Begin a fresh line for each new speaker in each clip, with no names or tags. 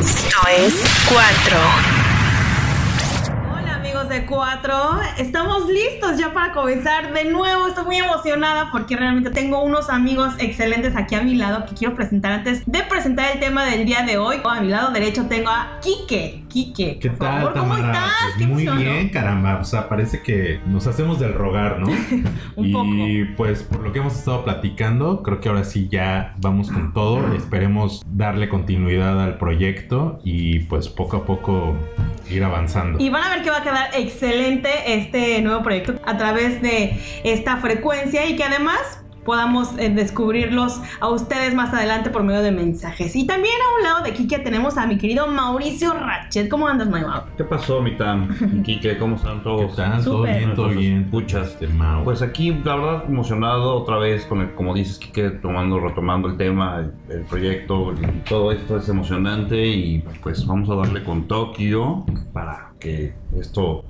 es 4.
Hola amigos de 4, estamos listos ya para comenzar de nuevo. Estoy muy emocionada porque realmente tengo unos amigos excelentes aquí a mi lado que quiero presentar antes de presentar el tema del día de hoy. A mi lado derecho tengo a Quique. Quique,
¿Qué
por
tal,
favor, ¿cómo
Tamara?
estás?
Pues
Qué
muy
emoción, ¿no?
bien, caramba. O sea, parece que nos hacemos del rogar, ¿no?
Un
y pues por lo que hemos estado platicando, creo que ahora sí ya vamos con todo. Esperemos darle continuidad al proyecto y pues poco a poco ir avanzando.
Y van a ver que va a quedar excelente este nuevo proyecto a través de esta frecuencia y que además podamos eh, descubrirlos a ustedes más adelante por medio de mensajes. Y también a un lado de Quique tenemos a mi querido Mauricio Rachet. ¿Cómo andas, Mau?
¿Qué pasó, mi Tam? Quique, ¿cómo están
¿Qué
todos?
tal? ¿Todo
pues, Súper.
bien? ¿Todo
Entonces,
bien?
Puchas.
Este, Mau.
Pues aquí, la verdad, emocionado otra vez con el, como dices, Quique, tomando, retomando el tema, el, el proyecto, y todo esto es emocionante y pues vamos a darle con Tokio para que esto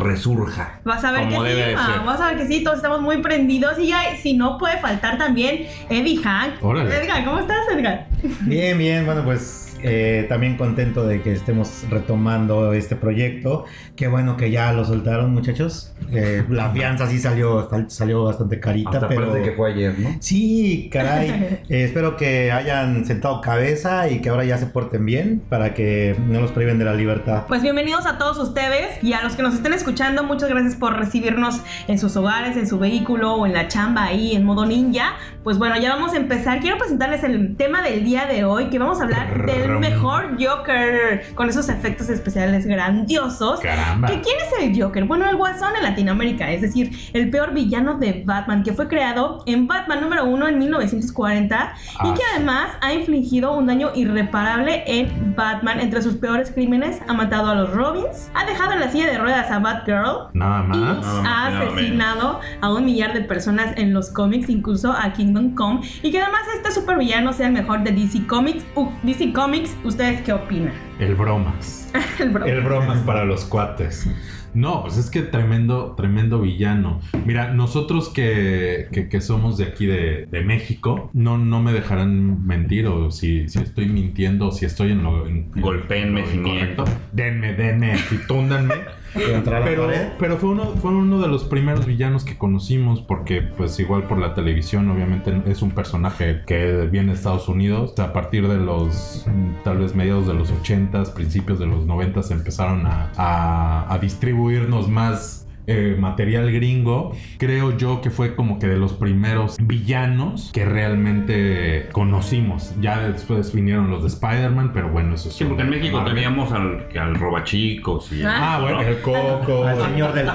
resurja.
Vas a ver
Como
que sí,
debe de
ma,
ser.
vas a ver que sí, todos estamos muy prendidos y ya, si no puede faltar también Eddie Hank.
Órale.
Edgar, ¿cómo estás, Edgar?
Bien, bien, bueno, pues eh, también contento de que estemos retomando este proyecto. Qué bueno que ya lo soltaron, muchachos. Eh, la fianza sí salió, sal- salió bastante carita,
Hasta
pero.
parece que fue ayer, ¿no?
Sí, caray. Eh, espero que hayan sentado cabeza y que ahora ya se porten bien para que no los priven de la libertad.
Pues bienvenidos a todos ustedes y a los que nos estén escuchando, muchas gracias por recibirnos en sus hogares, en su vehículo o en la chamba ahí en modo ninja. Pues bueno, ya vamos a empezar. Quiero presentarles el tema del día de hoy, que vamos a hablar del mejor Joker, con esos efectos especiales grandiosos.
Caramba.
¿Que ¿Quién es el Joker? Bueno, el Guasón en Latinoamérica, es decir, el peor villano de Batman, que fue creado en Batman número 1 en 1940 y
Ah,
que además ha infligido un daño irreparable en Batman. Entre sus peores crímenes, ha matado a los Robins, ha dejado en la silla de ruedas a Batgirl.
Ah, Nada
Y
más.
Nada más
ha
y nada menos.
asesinado a un millar de personas en los cómics, incluso a Kingdom Come. Y que además este supervillano sea el mejor de DC Comics. Uh, DC Comics, ¿ustedes qué opinan?
El bromas.
El bro.
El bromas para los cuates. No, pues es que tremendo, tremendo villano. Mira, nosotros que, que- que somos de aquí de, de México, no, no me dejarán mentir o si, si estoy mintiendo o si estoy en lo... en- en
Golpéenme
lo
sin
incorrecto. Denme, denme, así, túndanme.
Contra la
Pero,
pared.
pero fue, uno, fue uno de los primeros villanos que conocimos porque pues igual por la televisión obviamente es un personaje que viene de Estados Unidos. A partir de los mm, tal vez mediados de los 80s, principios de los 90s empezaron a, a- a distribuirnos más. eh, material gringo creo yo que fue como que de los primeros villanos que realmente conocimos ya después vinieron los de Spider-Man pero bueno eso
Sí, porque en México
Marvel.
teníamos al, al robachicos y
Ah.
ah bueno el coco
Ah,
Al señor del
Al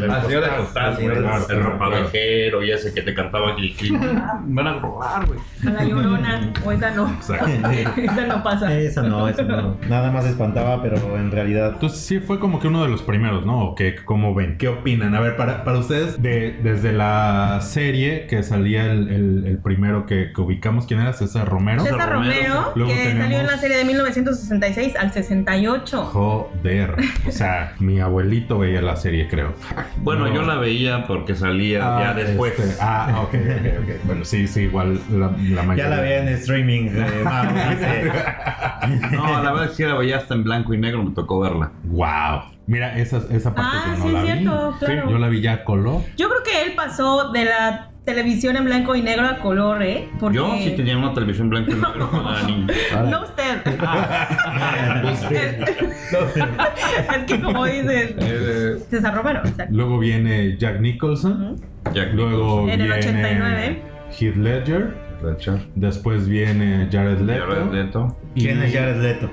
señor del costal,
Al señor del costal, el ropavejero y ese que te cantaba que que- Ah, me van a robar, güey.
A la llorona. O esa no.
Exacto.
Esa no pasa.
Eh,
Eso no, eso no. Nada más espantaba, pero en realidad.
Entonces sí fue como que uno de los primeros, ¿no? ¿O qué, ¿Cómo ven? ¿Qué opinan? A ver, para, para ustedes, de, desde la serie que salía el, el- el primero que, que ubicamos, ¿quién era? César Romero.
César Romero,
Luego
que
tenemos-
salió en la serie de 1966 al 68.
Joder. O sea, mi abuelito veía la serie, creo.
Bueno,
No.
yo la veía porque salía
Ah,
ya después.
este, ah, ok, ok, ok. Bueno, sí, sí, igual la, la mayoría.
Ya la veía en streaming. eh, Mau, dice.
No, la verdad es que la veía hasta en blanco y negro, me tocó verla.
Wow. Mira, esa, esa parte
Ah,
que no
sí,
la
es
vi.
cierto, claro.
Yo la vi ya a color.
Yo creo que él pasó de la televisión en blanco y negro a color, ¿eh? Porque...
Yo sí tenía una televisión blanco y negro cuando era niño.
No usted.
Ah.
es que como dices,
Eh,
César Romero. exacto.
Luego viene Jack Nicholson.
Jack
Luego
En el
viene
89.
Heath Ledger.
Nicholson,
Después viene Jared Leto.
Jared Leto.
y-
¿Quién es Jared Leto?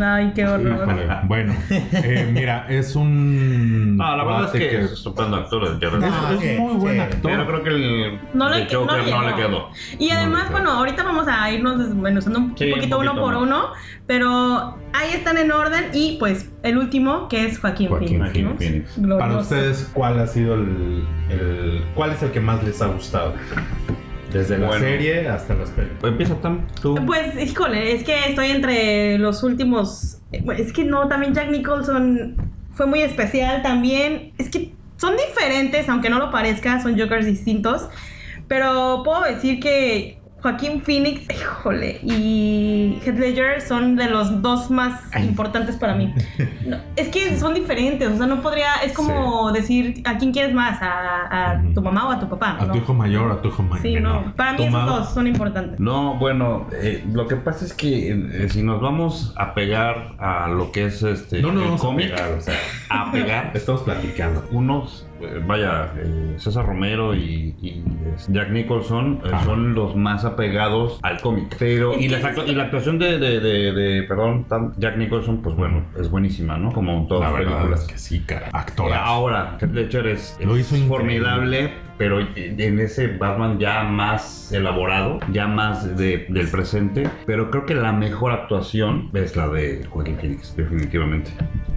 Ay, qué horror.
Híjole, bueno, eh, mira, es un.
No, Ah, la verdad es
cuate
que es estupendo actor el Jared Leto.
No,
es
sí,
muy buen
sí.
actor.
Pero creo que el,
No le-
el Joker
no
no,
le
le
llegó.
quedó.
Y además,
Muy bien.
bueno, ahorita vamos a irnos desmenuzando un
Sí, un
poquito uno
poquito
por
más.
uno, pero ahí están en orden y pues el último que es Joaquín,
Joaquín
Phoenix, ¿no?
Phoenix.
Glorioso.
Para ustedes, ¿cuál ha sido el, el- ¿Cuál es el que más les ha gustado? Desde la
Bueno.
serie hasta las películas.
Empieza Tam, tú.
Pues, híjole, es que estoy entre los últimos. eh, Es que no, también Jack Nicholson fue muy especial también. Es que son diferentes, aunque no lo parezca, son Jokers distintos. Pero puedo decir que Joaquín Phoenix, híjole, y Heath Ledger son de los dos más
Ay.
importantes para mí. No, es que son diferentes, o sea, no podría, es como decir a quién quieres más, a, a tu mamá o a tu papá.
A
¿no?
tu hijo mayor, a tu hijo mayor.
Sí, no. Para mí esos dos son importantes.
No, bueno, eh, lo que pasa es que eh, si nos vamos a pegar a lo que es este
No,
el
no, no.
cómic,
o sea,
a pegar,
estamos platicando.
unos, eh, vaya, eh, César Romero y, y, eh, Jack Nicholson eh,
Ajá.
son los más apegados al cómic. Pero,
Es
y,
que
las
ese
actu-
sí-
y la actuación de, de- de- de- perdón, tan- Jack Nicholson, pues bueno, es buenísima, ¿no? Como en todas
La
las
verdad es
películas.
que sí, cara.
Y
Actora.
Ahora, Heath Ledger es,
Lo
es
hizo increíble.
formidable, pero en ese Batman ya más elaborado, ya más de- del presente. Pero creo que la mejor actuación es la de Joaquín Phoenix, definitivamente.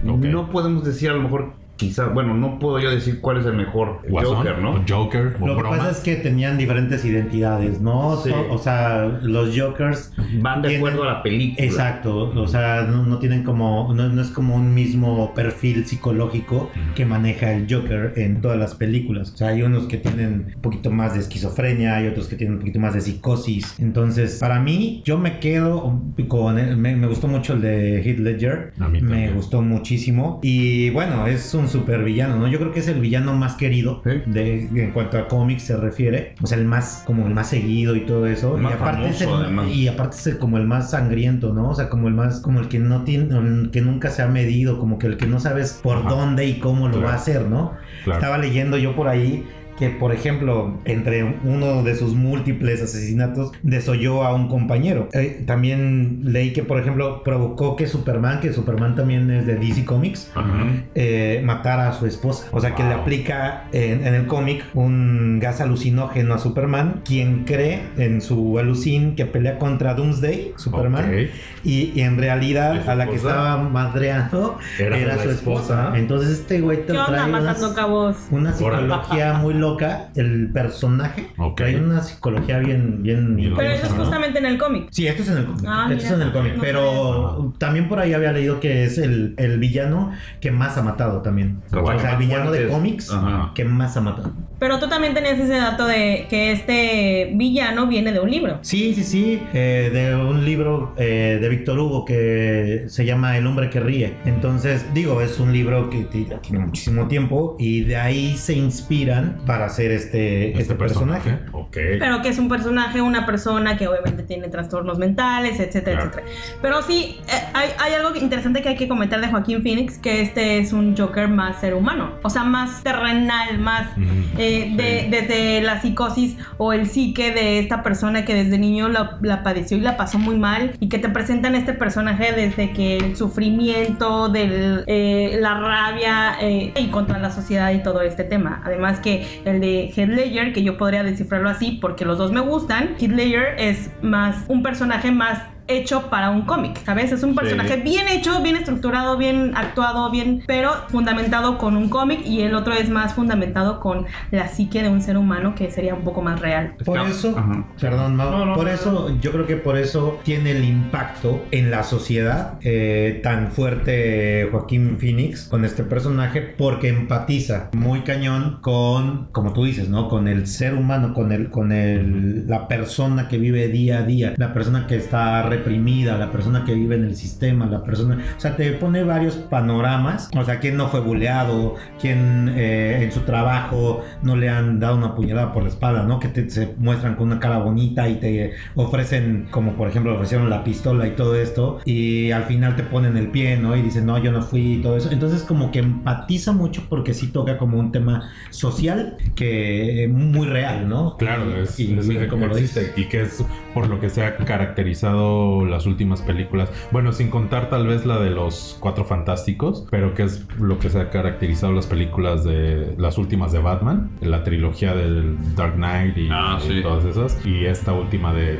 Ok.
No podemos decir a lo mejor, quizá, bueno, no puedo yo decir cuál es el mejor
Guasón,
Joker, ¿no?
o Joker, o
Lo que
broma.
pasa es que tenían diferentes identidades, ¿no?
Sí.
So- O sea, los Jokers
Van de
Tienen-
acuerdo a la película.
Exacto, o sea, no, no tienen como, no, no es como un mismo perfil psicológico que maneja el Joker en todas las películas. O sea, hay unos que tienen un poquito más de esquizofrenia, hay otros que tienen un poquito más de psicosis. Entonces, para mí, yo me quedo con el, me, me gustó mucho el de Heath Ledger.
A mí
Me
también.
gustó muchísimo. Y bueno, es un super villano, ¿no? Yo creo que es el villano más querido
Sí.
de, en cuanto a cómics se refiere. O sea, el más, como el más seguido y todo eso.
El más
y aparte es el-
famoso, además.
y y aparte es el- como el más sangriento, ¿no? O sea, como el más, como el que no tiene, el que nunca se ha medido, como que el que no sabes por
Ajá.
dónde y cómo lo
Claro.
va a hacer, ¿no?
Claro.
Estaba leyendo yo por ahí que, por ejemplo, entre uno de sus múltiples asesinatos, desoyó a un compañero. Eh, también leí que, por ejemplo, provocó que Superman, que Superman también es de DC Comics,
Ajá.
eh, matar a su esposa. O sea, que le
Wow.
aplica en, en el cómic un gas alucinógeno a Superman, quien cree en su alucin que pelea contra Doomsday, Superman,
Ok.
y, y en
¿Y
realidad
su
a la que
esposa?
estaba madreando era, su esposa. Entonces este güey
¿Qué
te
onda
trae
matando
unas-
cabos?
Órale.
una psicología muy loca, el personaje.
Ok.
Trae una psicología bien, bien.
Bien
Pero
Vamos
eso es
a ver.
justamente en el cómic.
Sí, esto es en el cómic.
Ah,
esto es
mira.
en el cómic.
No
pero
sabía.
también por ahí había leído que es el, el villano que más ha matado también. O sea, el villano de cómics
Ajá.
que más ha matado.
Pero tú también tenías ese dato de que este villano viene de un libro.
Sí, sí, sí. eh, de un libro eh, de Víctor Hugo que se llama El hombre que ríe. Entonces, digo, es un libro que ti- tiene muchísimo tiempo y de ahí se inspiran para hacer este, este, personaje.
Ok.
Pero que es un personaje, una persona que obviamente tiene trastornos mentales, etcétera,
Claro.
etcétera. Pero sí, eh, hay, hay algo interesante que hay que comentar de Joaquín Phoenix, que este es un Joker más ser humano, o sea, más terrenal, más
Ujú.
eh, de-
Sí.
desde la psicosis o el psique de esta persona que desde niño la, la padeció y la pasó muy mal y que te presentan este personaje desde que el sufrimiento, del, eh, la rabia eh, y contra la sociedad y todo este tema. Además que el de Heath Ledger, que yo podría descifrarlo así porque los dos me gustan, Heath Ledger es más un personaje más hecho para un cómic, ¿sabes? Es un personaje bien hecho, bien estructurado, bien actuado, bien, pero fundamentado con un cómic y el otro es más fundamentado con la psique de un ser humano que sería un poco más real.
Por
Escapa.
eso,
Ajá.
perdón, Mau,
No, no,
por
no,
eso, yo creo que por eso tiene el impacto en la sociedad eh, tan fuerte Joaquín Phoenix con este personaje, porque empatiza muy cañón con, como tú dices, ¿no? Con el ser humano, con el, con el, la persona que vive día a día, la persona que está reprimida, la persona que vive en el sistema, la persona, o sea, te pone varios panoramas, o sea, quién no fue buleado, quien eh, en su trabajo no le han dado una puñalada por la espalda, ¿no? Que te, se muestran con una cara bonita y te ofrecen, como por ejemplo ofrecieron la pistola y todo esto, y al final te ponen el pie, ¿no? Y dicen, no, yo no fui y todo eso. Entonces como que empatiza mucho porque sí toca como un tema social que eh, muy real, ¿no?
Claro,
Y-
es,
y,
es-
y como lo
existe,
dices.
y que es por lo que se ha caracterizado las últimas películas. Bueno, sin contar tal vez la de los Cuatro Fantásticos, pero que es lo que se ha caracterizado las películas de las últimas de Batman, la trilogía del Dark Knight y,
Ah,
y
sí.
todas esas, y esta última del,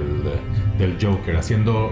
del Joker, haciendo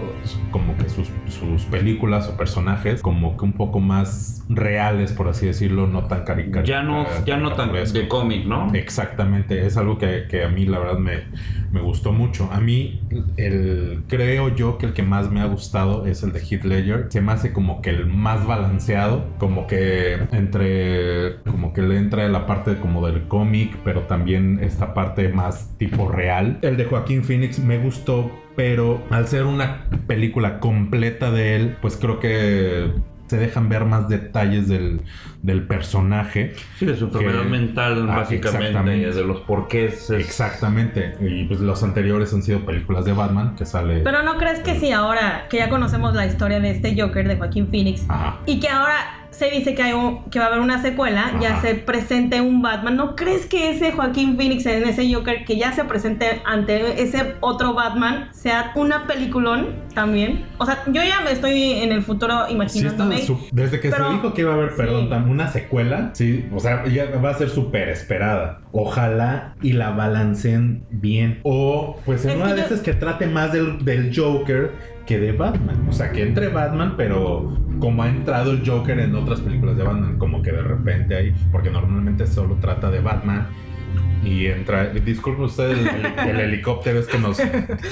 como que sus, sus películas o personajes como que un poco más reales, por así decirlo, no tan caricaturas.
Ya no, ya no tan de cómic, ¿no?
Exactamente, es algo que, que a mí la verdad me, me gustó mucho. A mí, el, creo yo que que el que más me ha gustado es el de Heath Ledger. Se me hace como que el más balanceado, como que entre, como que le entra la parte como del cómic, pero también esta parte más tipo real. El de Joaquín Phoenix me gustó. Pero al ser una película completa de él, pues creo que se dejan ver más detalles del, del personaje.
Sí, de su enfermedad
que-
mental,
Ah,
básicamente,
exactamente.
de los porqués. es-
Exactamente. Y pues los anteriores han sido películas de Batman que sale.
Pero no crees que si ahora que ya conocemos la historia de este Joker de Joaquín Phoenix
Ajá.
y que ahora se dice que, hay un- que va a haber una secuela, ya
Ajá.
se presente un Batman, ¿no crees que ese Joaquín Phoenix en ese Joker que ya se presente ante ese otro Batman sea una peliculón también? O sea, yo ya me estoy en el futuro
Sí está
imaginándome.
su- desde que
Pero-
se dijo que iba a haber, perdón,
sí.
tam- una secuela, sí, o sea, ya va a ser súper esperada. Ojalá y la balanceen bien. O, pues, en
Es
una
que
de
yo-
esas que trate más del, del Joker que de Batman. O sea, que entre Batman, pero como ha entrado el Joker en otras películas de Batman, como que de repente ahí, porque normalmente solo trata de Batman. Y entra, disculpen ustedes, el, el helicóptero es que nos,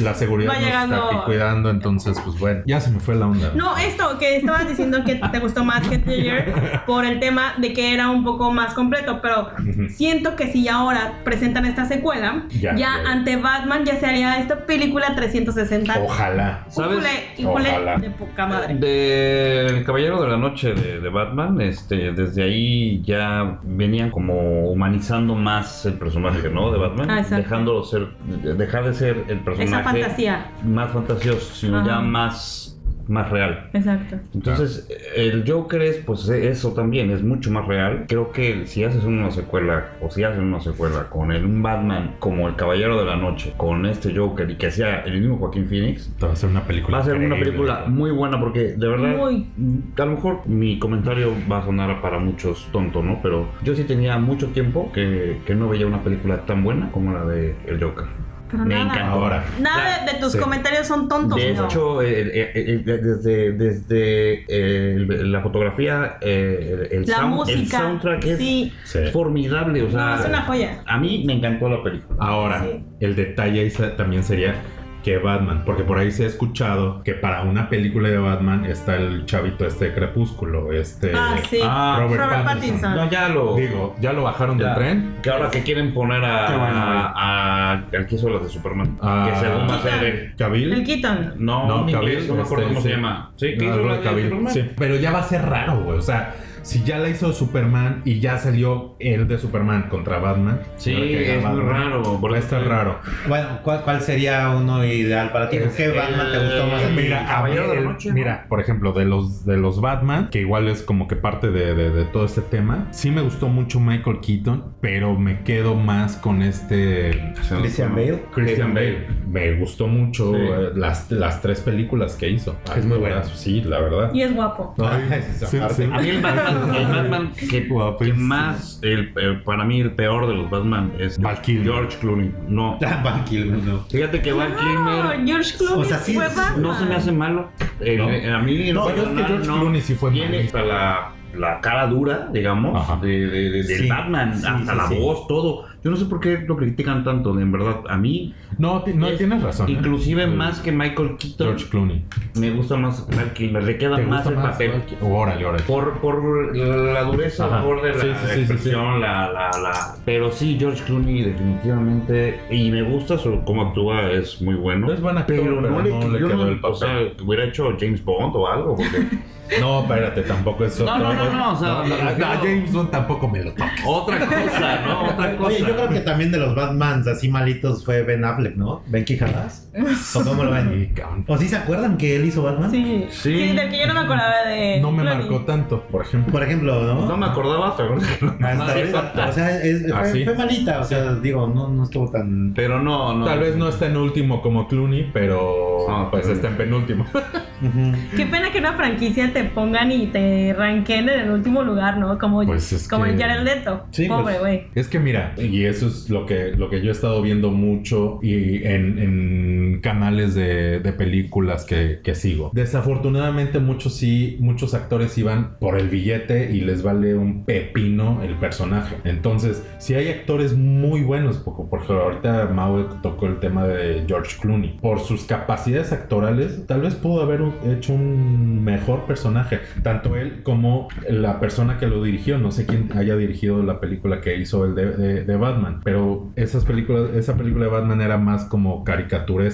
la seguridad
Va
nos
llegando.
está aquí cuidando, entonces pues bueno, ya se me fue la onda.
No, esto que estabas diciendo que te gustó más que Ledger por el tema de que era un poco más completo, pero
Ujú.
Siento que si ahora presentan esta secuela, ya,
Ya, ya.
ante Batman ya se haría esta película 360.
Ojalá.
¿Sabes?
Híjole, híjole,
Ojalá.
de poca madre.
De El Caballero de la Noche de, de Batman, este, desde ahí ya venían como humanizando más el personaje, ¿no? De Batman,
Ah, exacto.
dejándolo ser, de- dejar de ser el personaje
Esa fantasía.
más fantasioso, sino
Ajá.
ya más, más real.
Exacto.
Entonces, el Joker es, pues, e- eso también, es mucho más real. Creo que si haces una secuela, o si hacen una secuela con el un Batman como el Caballero de la Noche, con este Joker y que sea el mismo Joaquín Phoenix,
Te Va a ser una película.
Va a ser una
Pues increíble.
película muy buena porque de verdad,
Muy.
mm, a lo mejor mi comentario va a sonar para muchos tonto, ¿no? Pero yo sí tenía mucho tiempo que, que no veía una película tan buena como la de El Joker.
Pero
Me
nada.
encanta.
Ahora.
Nada de, de tus
Sí.
comentarios son tontos,
De
¿no?
hecho, eh, eh, eh, eh, desde, desde eh, el- la fotografía, eh, el, el
La
sound- el
música.
soundtrack es
sí.
Sí.
formidable. O sea,
No, es una joya.
a mí me encantó la película.
Ahora,
Sí.
el detalle ahí sa- también sería que Batman, porque por ahí se ha escuchado que para una película de Batman está el chavito este de crepúsculo, este
Ah, sí.
Ah,
Robert,
Robert
Pattinson.
Pattinson.
no, ya lo.
Digo, ya lo bajaron
Ya.
del tren.
Que ahora que quieren poner a,
Qué bueno, güey.
a- a- al que hizo las de Superman.
Ah.
que según va a ser el-
Cavill.
El Keaton.
No,
No,
un inglés,
Cavill,
no me acuerdo
este,
cómo se
sí.
llama. Sí, que
Ah,
hizo la
Robert
de
Cavill,
Superman.
sí. Pero ya va a ser raro, güey. O sea, si ya la hizo Superman y ya salió el de Superman contra Batman.
Sí,
ahora que haga
es muy
Batman,
raro.
Va a estar raro.
Bueno, ¿cuál, cuál sería uno ideal para ti? ¿Qué
El-
Batman te gustó más?
el-
Mira, a
Caballero
mí
de la
el-
Noche, ¿no?
mira, por ejemplo, de los de los Batman, que igual es como que parte de, de- de todo este tema. Sí me gustó mucho Michael Keaton, pero me quedo más con este
Christian Bale.
Christian Bale. Me gustó mucho
Sí.
eh, las, las tres películas que hizo.
Es muy buena.
Sí, la verdad.
Y es guapo.
Ay, esa
Sí,
parte.
sí.
A mí el Batman, el Batman que, que
Guapísimo.
más, el, el- para mí el peor de los Batman es
Val Kilmer.
George Clooney. No.
Van Kilmer, no.
Fíjate que Val Kilmer
No, Ah, George Clooney
O sea, sí,
fue
sí,
Batman.
no se me hace malo. El-
No.
el- a mí el
No, yo es
personal
que George
no.
Clooney sí fue
Tiene
malísimo.
hasta la, la cara dura, digamos,
Ajá.
de, de- de- del
Sí.
Batman,
Sí,
hasta
sí,
la
sí.
voz, todo. Yo no sé por qué lo critican tanto, en verdad. A mí,
No, ti- no
Es-
tienes razón. ¿eh?
inclusive más que Michael Keaton,
George Clooney.
me gusta más Val Kilmer. Le queda
¿Te
más
gusta
el
más?
papel.
Órale, órale.
Por, por la dureza,
Ajá.
por de la,
Sí, sí,
la
sí, sí,
expresión, La, la, la... Pero sí, George Clooney definitivamente, y me gusta su, cómo actúa, es muy bueno.
Es buen actor,
pero, no, le, yo
quedó
no-
el
O sea,
papel.
hubiera hecho James Bond o algo, porque...
No, espérate, tampoco es
No, no,
otro-
no, no, o sea, me
a-
refiero-
a James Bond tampoco me lo toques.
Otra cosa, ¿no? Otra cosa.
Oye, yo creo que también de los Batmans así malitos fue Ben Affleck, ¿no? Ben Quijadas. ¿O cómo lo ven?
Sí, cabrón.
¿O sí se acuerdan que él hizo Batman?
Sí.
Sí.
sí, del que yo no me acordaba de.
No me
Eh, Clooney.
marcó tanto, por ejemplo.
Por ejemplo, ¿no?
No me acordaba, pero...
Hasta
Sí,
ahorita,
exacto.
o sea, es- fue,
Ah, sí.
fue malita, o sea, digo, no, no estuvo tan...
Pero no, no.
Tal vez no está en último como Clooney, pero
No,
pues
pero-
está en penúltimo.
Ujú.
Qué pena que una franquicia te pongan y te ranquen en el último lugar, ¿no? Como,
Pues es
como
que-
el Jared Leto.
Sí,
Pobre,
pues,
güey.
Es que mira, y eso es lo que, lo que yo he estado viendo mucho y en, en en canales de, de películas que, que sigo. Desafortunadamente muchos sí, muchos actores iban por el billete y les vale un pepino el personaje. Entonces, si hay actores muy buenos, porque por ejemplo, ahorita Mau tocó el tema de George Clooney, por sus capacidades actorales, tal vez pudo haber hecho un mejor personaje, tanto él como la persona que lo dirigió, no sé quién haya dirigido la película que hizo el de, de, de Batman, pero esas películas, esa película de Batman era más como caricaturesca,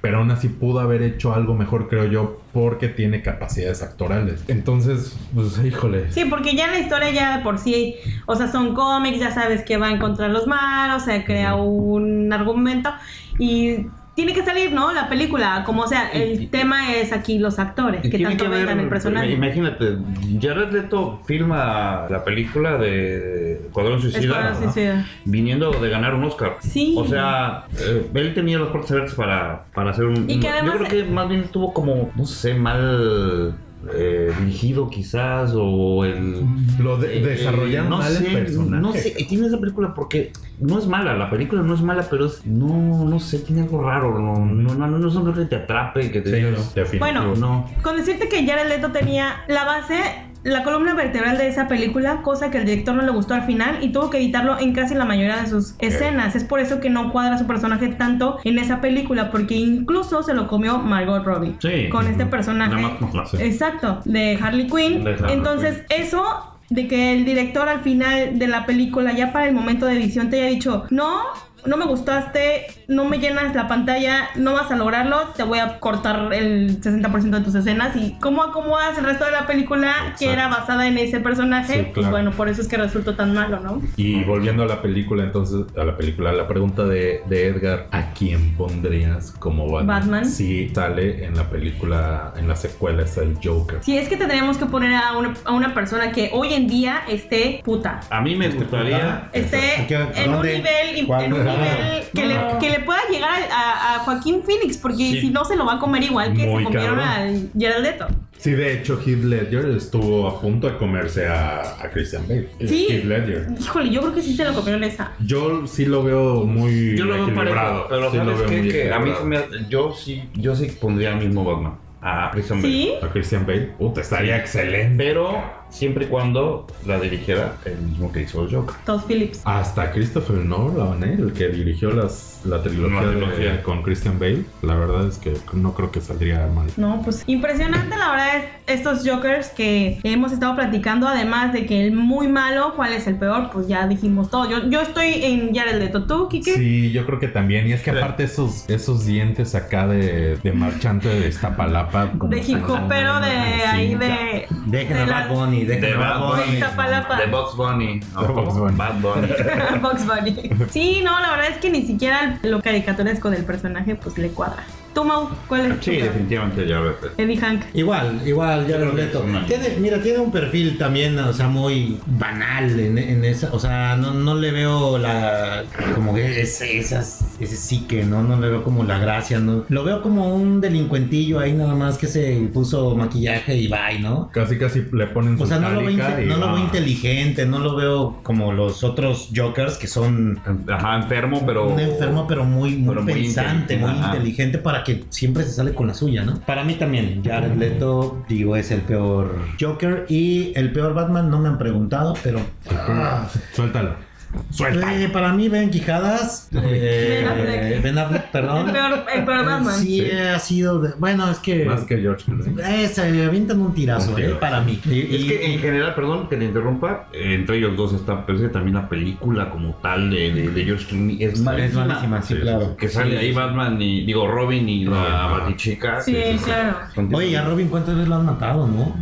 pero aún así pudo haber hecho algo mejor, creo yo, porque tiene capacidades actorales. Entonces, pues híjole.
Sí, porque ya la historia ya de por sí, o sea, son cómics, ya sabes que van contra los malos, se crea un argumento y tiene que salir, ¿no? La película, como sea, el
Y-
tema es aquí los actores, que
Tiene
tanto
que
vendan
ver-
el personaje.
Imagínate, Jared Leto filma la película de Cuadrón Suicida.
Escuadrón
¿no?
Suicida.
Viniendo de ganar un Oscar.
Sí.
O sea, eh, él tenía las puertas abiertas para, para hacer un.
Y que además- e-
Yo creo que más bien estuvo como, no sé, mal eh, dirigido quizás, o el.
Lo de-
eh,
desarrollaron mal el personaje.
No sé, tiene esa película porque no es mala, la película no es mala, pero es, no, no sé, tiene algo raro. No, no, no, no es una película que te atrape, que te.
definitivamente.
Bueno,
no.
Con decirte que Jared Leto tenía la base, la columna vertebral de esa película, cosa que al director no le gustó al final y tuvo que editarlo en casi la mayoría de sus escenas. Es por eso que no cuadra su personaje tanto en esa película, porque incluso se lo comió Margot Robbie.
Sí.
Con este
Ujú.
personaje. eh,
Nada más con clase.
Exacto, de Harley Quinn.
De Harley
Entonces, eso de que el director al final de la película, ya para el momento de edición, te haya dicho, no, no me gustaste, no me llenas la pantalla, no vas a lograrlo, te voy a cortar el 60% de tus escenas y cómo acomodas el resto de la película que
Exacto.
era basada en ese personaje,
Sí,
pues
claro.
bueno, por eso es que resultó tan malo, ¿no?
Y volviendo a la película, entonces, a la película, la pregunta de, de Edgar, ¿a quién pondrías como Batman?
Batman.
Si sale en la película, en la secuela, es el Joker.
Si es que tendríamos que poner a una, a una persona que hoy en día esté puta,
A mí
este
me gustaría.
esté
¿A qué-
en un
dónde?
nivel, en
¿Cuál?
un nivel que, le, que le pueda llegar a, a Joaquín Phoenix, porque
Sí.
si no se lo va a comer igual que se
Muy
comieron
cabrón.
al Gerald Leto.
Sí, de hecho, Heath Ledger estuvo a punto de comerse a, a Christian Bale.
Sí.
Heath Ledger.
Híjole, yo creo que sí se lo comieron esa.
Yo sí lo veo muy
Yo lo veo parejo,
equilibrado.
pero
Sí lo
sabes
veo
qué?
muy
que a mí
equilibrado.
se me- yo sí, yo sí pondría al mismo Batman a Christian Bale.
¿Sí?
A Christian Bale. Puta, estaría excelente.
Pero siempre y cuando la dirigiera el mismo que hizo el Joker.
Todd Phillips.
Hasta Christopher Nolan, ¿eh? el que dirigió las, la trilogía,
La
de-
trilogía.
con Christian Bale, la verdad es que no creo que saldría mal.
No, pues impresionante la verdad es estos Jokers que hemos estado platicando, además de que el muy malo, cuál es el peor, pues ya dijimos todo. Yo, yo estoy en Jared Leto, tú, Kike.
Sí, yo creo que también. Y es que
Sí.
aparte esos, esos dientes acá de, de marchante de Iztapalapa. como-
De hip hopero de
Sí,
ahí
ya.
de...
Ah, Dejen a
de
Bad
la-
Bunny, dejen
De
a
Bad Bunny.
Iztapalapa.
De Box Bunny.
De Bugs Bunny.
Bad Bunny.
Box Bunny. Sí, no, la verdad es que ni siquiera lo caricaturesco del personaje pues le cuadra. Tú, Mau, ¿cuál es tu
sí,
peor?
definitivamente ya ves. pues.
Eddie Hank.
Igual, igual, ya
Yo
lo
creo que
meto.
es una-
Tiene, mira, tiene un perfil también, o sea, muy banal en, en esa, o sea, no, no le veo la, como que ese, esas, ese psique, ¿no? No le veo como la gracia, ¿no? Lo veo como un delincuentillo ahí nada más que se puso maquillaje y bye, ¿no?
Casi, casi le ponen su
O sea, no lo, veo,
tálica
inte-
y
no lo veo
va.
inteligente, no lo veo como los otros Jokers que son
Ajá, enfermo, pero.
un enfermo, pero muy, muy
pero muy
pensante,
inteligente,
muy
ajá.
inteligente para que siempre se sale con la suya, ¿no? Para mí también, Jared Leto, digo, es el peor Joker y el peor Batman, no me han preguntado, pero. Ah.
Suéltalo.
Eh, para mí, Ben Quijadas. eh,
Ben Affleck.
ben Affleck, perdón.
Ah.
El peor, el peor Batman.
Eh, Sí,
Sí.
ha sido. de- bueno, es que.
Más que George Clooney.
eh, se avientan un tirazo,
Un
eh,
tiro.
para mí. Y-
Es
y-
que en general, perdón que le interrumpa, eh, entre ellos dos está, pero es que también la película como tal de, de, de George Clooney es
es
malísima.
malísima, sí,
Sí,
claro.
Que sale ahí Batman y, digo, Robin y la
Robin.
Batichica.
Sí,
que-
claro.
Oye, ya Robin, ¿cuántas veces lo han matado, no?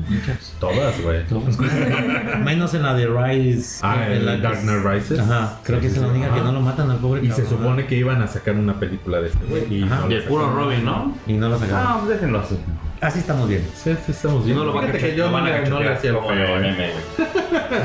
Todas, güey.
Pues, Menos en la de Rise.
Ah,
en
el
la que-
Dark Knight Rises.
Ajá, creo que es la única que no lo matan al pobre
Y se
cabrón.
supone que iban a sacar una película de este güey. y
Ajá.
no la
Y el puro
sacaron.
Robin, ¿no?
Y no lo sacaron.
Ah, déjenlo así.
Así estamos bien.
Sí, sí, estamos bien.
No lo van a
Fíjate que
cachetear, lo
yo
van
no
a
le- no le
cachetear
hacía el
como
feo,
el
¿eh?
meme, güey.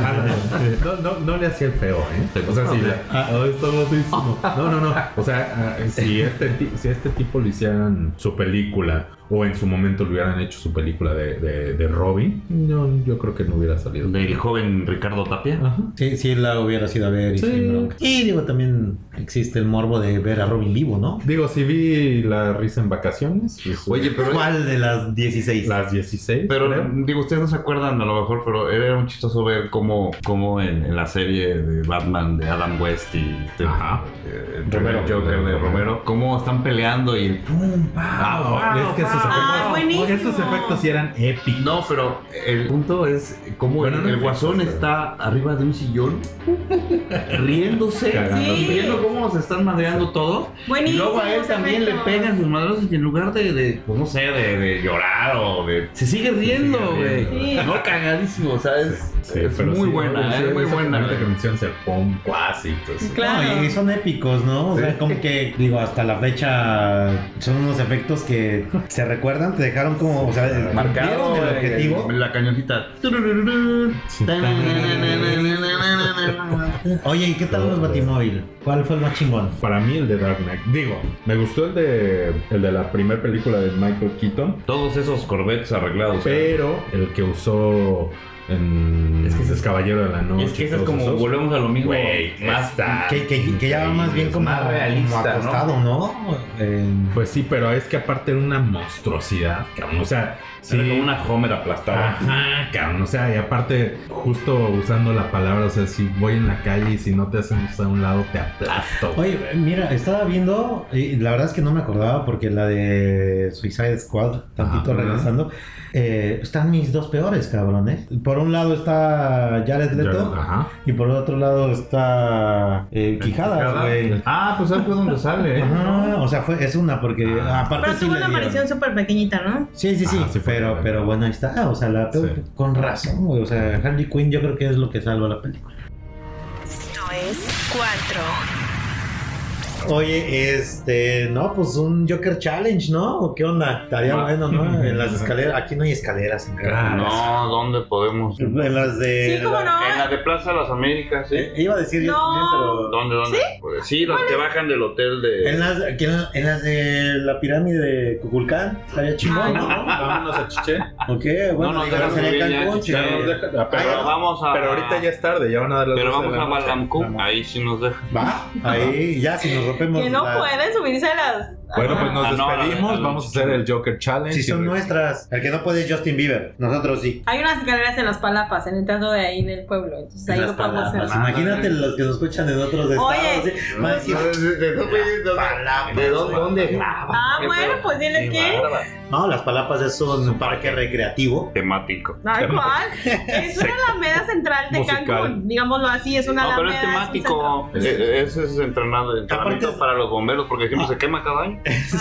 No, no, no le hacía el feo, ¿eh? O sea, si le-
Ah, está rotísimo. No, no, no. O sea, ah, si este, ti- si este tipo le hicieran su película o en su momento le hubieran hecho su película de, de, de Robin, no, yo creo que no hubiera salido.
Del joven Ricardo Tapia.
Ajá.
Sí, sí, la hubiera sido a ver y
Sí.
sin bronca. Y digo, también existe el morbo de ver a Robin vivo, ¿no?
Digo, si vi la risa en vacaciones, pues, eh,
Oye, pero
¿Cuál de las 16?
las 16.
Pero
creo.
digo, ustedes no se acuerdan a lo mejor, pero era un chistoso ver cómo, cómo en, en la serie de Batman de Adam West y de-
Ajá.
eh,
Romero.
el Joker de Romero, cómo están peleando y el
¡Pum! ¡Pau!
Ah, es que esos
Ah, buenísimo.
efectos, esos efectos sí eran épicos.
No, pero el punto es cómo
Bueno,
el,
no
el
me
guasón
gusta.
está arriba de un sillón riéndose,
Cagando.
Sí.
viendo cómo se están madreando todos. Y
Buenísimo.
luego a él
ese
también le
efecto.
pegan sus madrazos y en lugar de, de, pues no sé, de, de llorar o de... Se sigue riendo, güey.
Sí.
No, cagadísimo, o sea, es,
Sí,
es
pero
muy
sí,
buena,
sí,
es muy
esa
buena. eh.
primera que
güey.
mencionas el pom cuasi. Entonces,
Claro.
No, y son épicos, ¿no? O sea, como que, digo, hasta la fecha son unos efectos que se recuerdan, te dejaron como, o sea,
Marcado
cumplieron el
güey,
objetivo.
La cañoncita.
Oye, ¿y qué tal los Batimóvil? ¿Cuál fue el más chingón?
Para mí el de Dark Knight. Digo, me gustó el de, el de la primera película de Michael Keaton,
Todos esos corvettes arreglados. ¿eh? güey.
pero el que usó en
Es que ese es-
es Caballero de la Noche.
Es que eso es
todos
como,
esos.
volvemos a lo mismo.
Güey,
más
está
Que, que- que ya va más bien como,
más realista,
como acostado, ¿no? Eh,
Pues sí, pero es que aparte era una monstruosidad, cabrón. O sea, sí.
Era como una Homer aplastada.
Ajá, cabrón. O sea, y aparte, justo usando la palabra, o sea, si voy en la calle y si no te hacen a un lado, te aplasto.
Oye, mira, estaba viendo, y la verdad es que no me acordaba porque la de Suicide Squad, tantito
Ajá.
regresando, eh, están mis dos peores, cabrones. Por un lado está Jared
Ya-
Leto
Ajá.
y por el otro lado está eh, Quijadas,
Quijada.
güey.
Ah, pues ahí fue donde sale, ¿eh?
Ajá, o sea, fue, es una porque
Ah.
aparte
Pero
sí
tuvo
le
una
dieron.
aparición súper pequeñita, ¿no?
Sí, sí, sí,
Ah, sí fue
pero,
verdad.
pero bueno, ahí está, o sea, la
Sí.
con razón, güey, o sea, Harley Quinn yo creo que es lo que salva la película.
Esto es 4.
Oye, este, no, pues un Joker Challenge, ¿no? ¿O qué onda? Estaría
Ah.
bueno, ¿no? En las escaleras, aquí no hay escaleras. en realidad.
No, ¿dónde podemos? En
En las de...
Sí, cómo no.
Eh, la de Plaza de las Américas, ¿sí?
Eh, iba a decir yo
No.
también, pero...
¿Dónde, dónde? Pues, sí, los que bajan del hotel de...
En las, aquí en, la- en las de la pirámide de Cuculcán, estaría chingón, ¿no?
Vámonos a Chiché.
¿O qué? Bueno,
No, no,
digo,
ya
no,
nos
sería
subí, ya,
Cancún,
ya
che.
nos
deja-
Ah,
Pero
ya-
vamos a...
Pero ahorita ya es tarde, ya van a dar las
Pero
12 de
vamos
la
a
noche.
Balancú,
Vamos.
ahí sí nos dejan.
Va, ahí, ya si nos rompemos
Que no
la-
pueden subirse a las.
Bueno, pues
Ah,
nos
no,
despedimos.
la de-
Vamos a hacer el Joker Challenge.
Si son
Y-
nuestras. El que no puede es Justin Bieber. Nosotros sí.
Hay unas escaleras en las palapas, en el teatro de ahí del pueblo. Entonces ahí lo
Las
podemos hacer.
palabras. Imagínate los que nos escuchan en otros estados.
Oye.
sí. Van a decir,
¿De dónde? ¿De dónde? ¿Dónde graban?
Ah,
Qué
bueno,
pedo.
pues diles
Qué
que-
bárbaro.
No, las palapas es un parque recreativo.
Temático.
Ay, ¿cuál? Es una alameda central de
Musical.
Cancún, digámoslo así, es una
No, pero
alameda.
es
un centro.
temático.
Eh,
E- Ese es entrenado, entrenamiento
Aparte es-
para los bomberos porque siempre se quema cada año.
eh, Sí.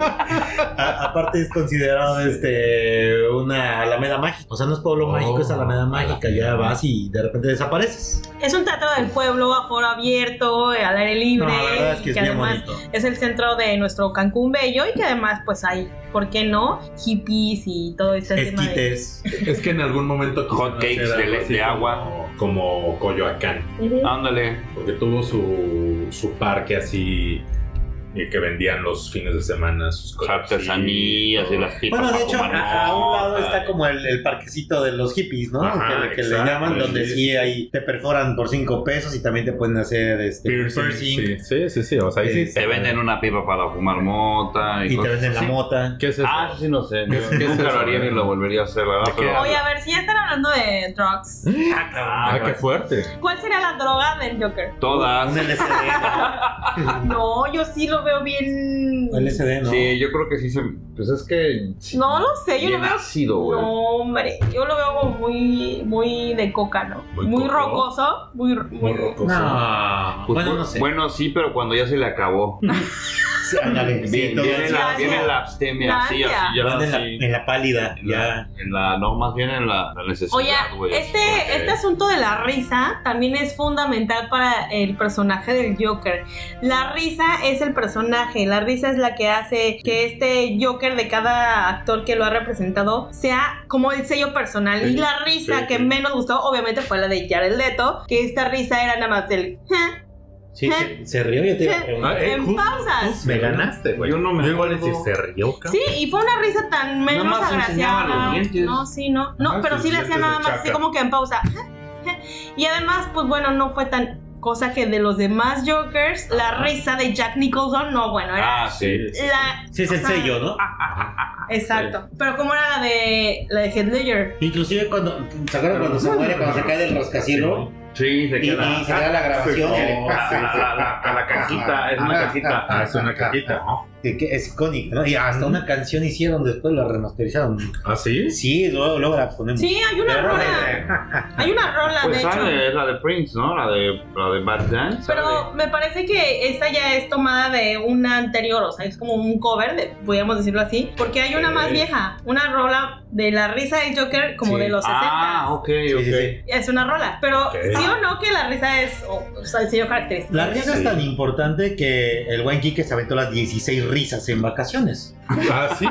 Ah.
A- aparte es considerado este una alameda mágica. O sea, no es pueblo
Oh,
mágico, es alameda mágica. Ya vas y de repente desapareces.
Es un teatro del pueblo, a foro abierto, eh, al aire
No,
libre.
la verdad es que
y
es
que
bien
además
bonito.
es el centro de nuestro Cancún bello y que además pues hay, ¿por qué no? Hippies y todo este tema de...
Esquites.
Es que en algún momento.
Hot
quisieron
cakes
hacer
de-
algo así
de
como-
agua.
Como Coyoacán.
Ujú.
Ándale.
Porque tuvo su, su parque así. eh, que vendían los fines de semana sus
Las
cosas.
artesanías y las pipas.
Bueno, de
para
hecho,
fumar.
a, a un lado está como el, el parquecito de los hippies, ¿no?
Ajá,
que le- que le
exacto,
llaman, donde
sí.
sí ahí te perforan por cinco pesos y también te pueden hacer este
Piercing. Sí, sí, sí, sí. O sea, ahí sí.
Te venden una pipa para fumar mota y,
Y te
cosas
venden la
así.
mota.
¿Qué es eso?
Ah, eso sí, no sé.
¿Qué
Yo
es- qué es
Nunca
eso?
lo haría ni lo volvería a hacer, ¿verdad?
¿De qué
Pero,
Oye, a ver, si ya están hablando de drugs,
¿Mm?
Ah,
Ah,
qué fuerte.
¿cuál sería la droga del Joker?
Un
todas.
LCD, ¿no?
No, yo sí lo veo bien...
LCD, ¿no?
Sí, yo creo que sí se. Pues es que.
No lo sé, yo lo
Bien
veo...
ácido,
No,
güey.
hombre, yo lo veo como muy, muy de coca, ¿no?
Muy
Muy,
coco.
rocoso, muy... muy-
Muy rocoso.
No.
Pues,
bueno,
bu-
no sé.
Bueno, pues, sí, pero cuando ya se le acabó.
Sí, ándale, sí,
Viene
todo
viene
eso.
la, viene la abstemia, sí, así ya.
Van en, la,
sí.
en la pálida,
En la-
ya.
en la- no, más bien en la, la necesidad,
Oye,
güey,
este,
porque-
este asunto de la risa también es fundamental para el personaje del Joker. La risa es el personaje, la risa es la que hace que este Joker de cada actor que lo ha representado sea como el sello personal.
Sí,
y la risa
sí,
que
sí.
menos gustó, obviamente, fue la de Jared Leto, que esta risa era nada más del... "Ja",
Sí, se, se rió, yo te iba a preguntar.
eh,
en
justo,
pausas.
Me ganaste, güey.
Yo no me
Yo igual es
acuerdo.
si se rió, cabrón.
Sí, y fue una risa tan
Nada
menos
más enseñaba los
agraciada.
dientes.
No, sí, no. No,
Ajá,
pero
sus
sí le hacía
dientes de
nada más así
chaca.
como que en pausa. Y además, pues bueno, no fue tan cosa que de los demás Jokers, la risa de Jack Nicholson, no, bueno, era
Ah, sí. sí, Ah, sí.
la
Sí, es el
Ajá.
sello, ¿no?
exacto. Pero como era la de la de Heath Ledger.
Inclusive cuando, ¿se acuerdan cuando se muere, cuando se cae del rascacielos?
Ah, Sí, se
Y, y se
queda.
da la grabación.
Sí.
y-
Oh,
a, la, a la- a la cajita, es una cajita.
Ah, es una cajita. Que- que es icónica, ¿no? Y hasta una canción hicieron, después la remasterizaron.
¿Ah, sí?
Sí, luego, luego la ponemos.
Sí, hay una
Pero,
rola. Hay una rola,
Pues
de hecho.
sale, es la de Prince, ¿no? La de, la de Bad Dance.
Pero me parece que esta ya es tomada de una anterior, o sea, es como un cover, de, podríamos decirlo así, porque hay una más
Ok.
vieja, una rola de la risa del Joker como
Sí.
de los 60.
Ah, ok, ok.
sí, sí.
Es una rola, pero
Ok.
sí o no que la risa es o, o sea, el sello característico.
La risa es tan importante que el buen Quique se aventó las 16 risas en vacaciones.
¿Ah, sí?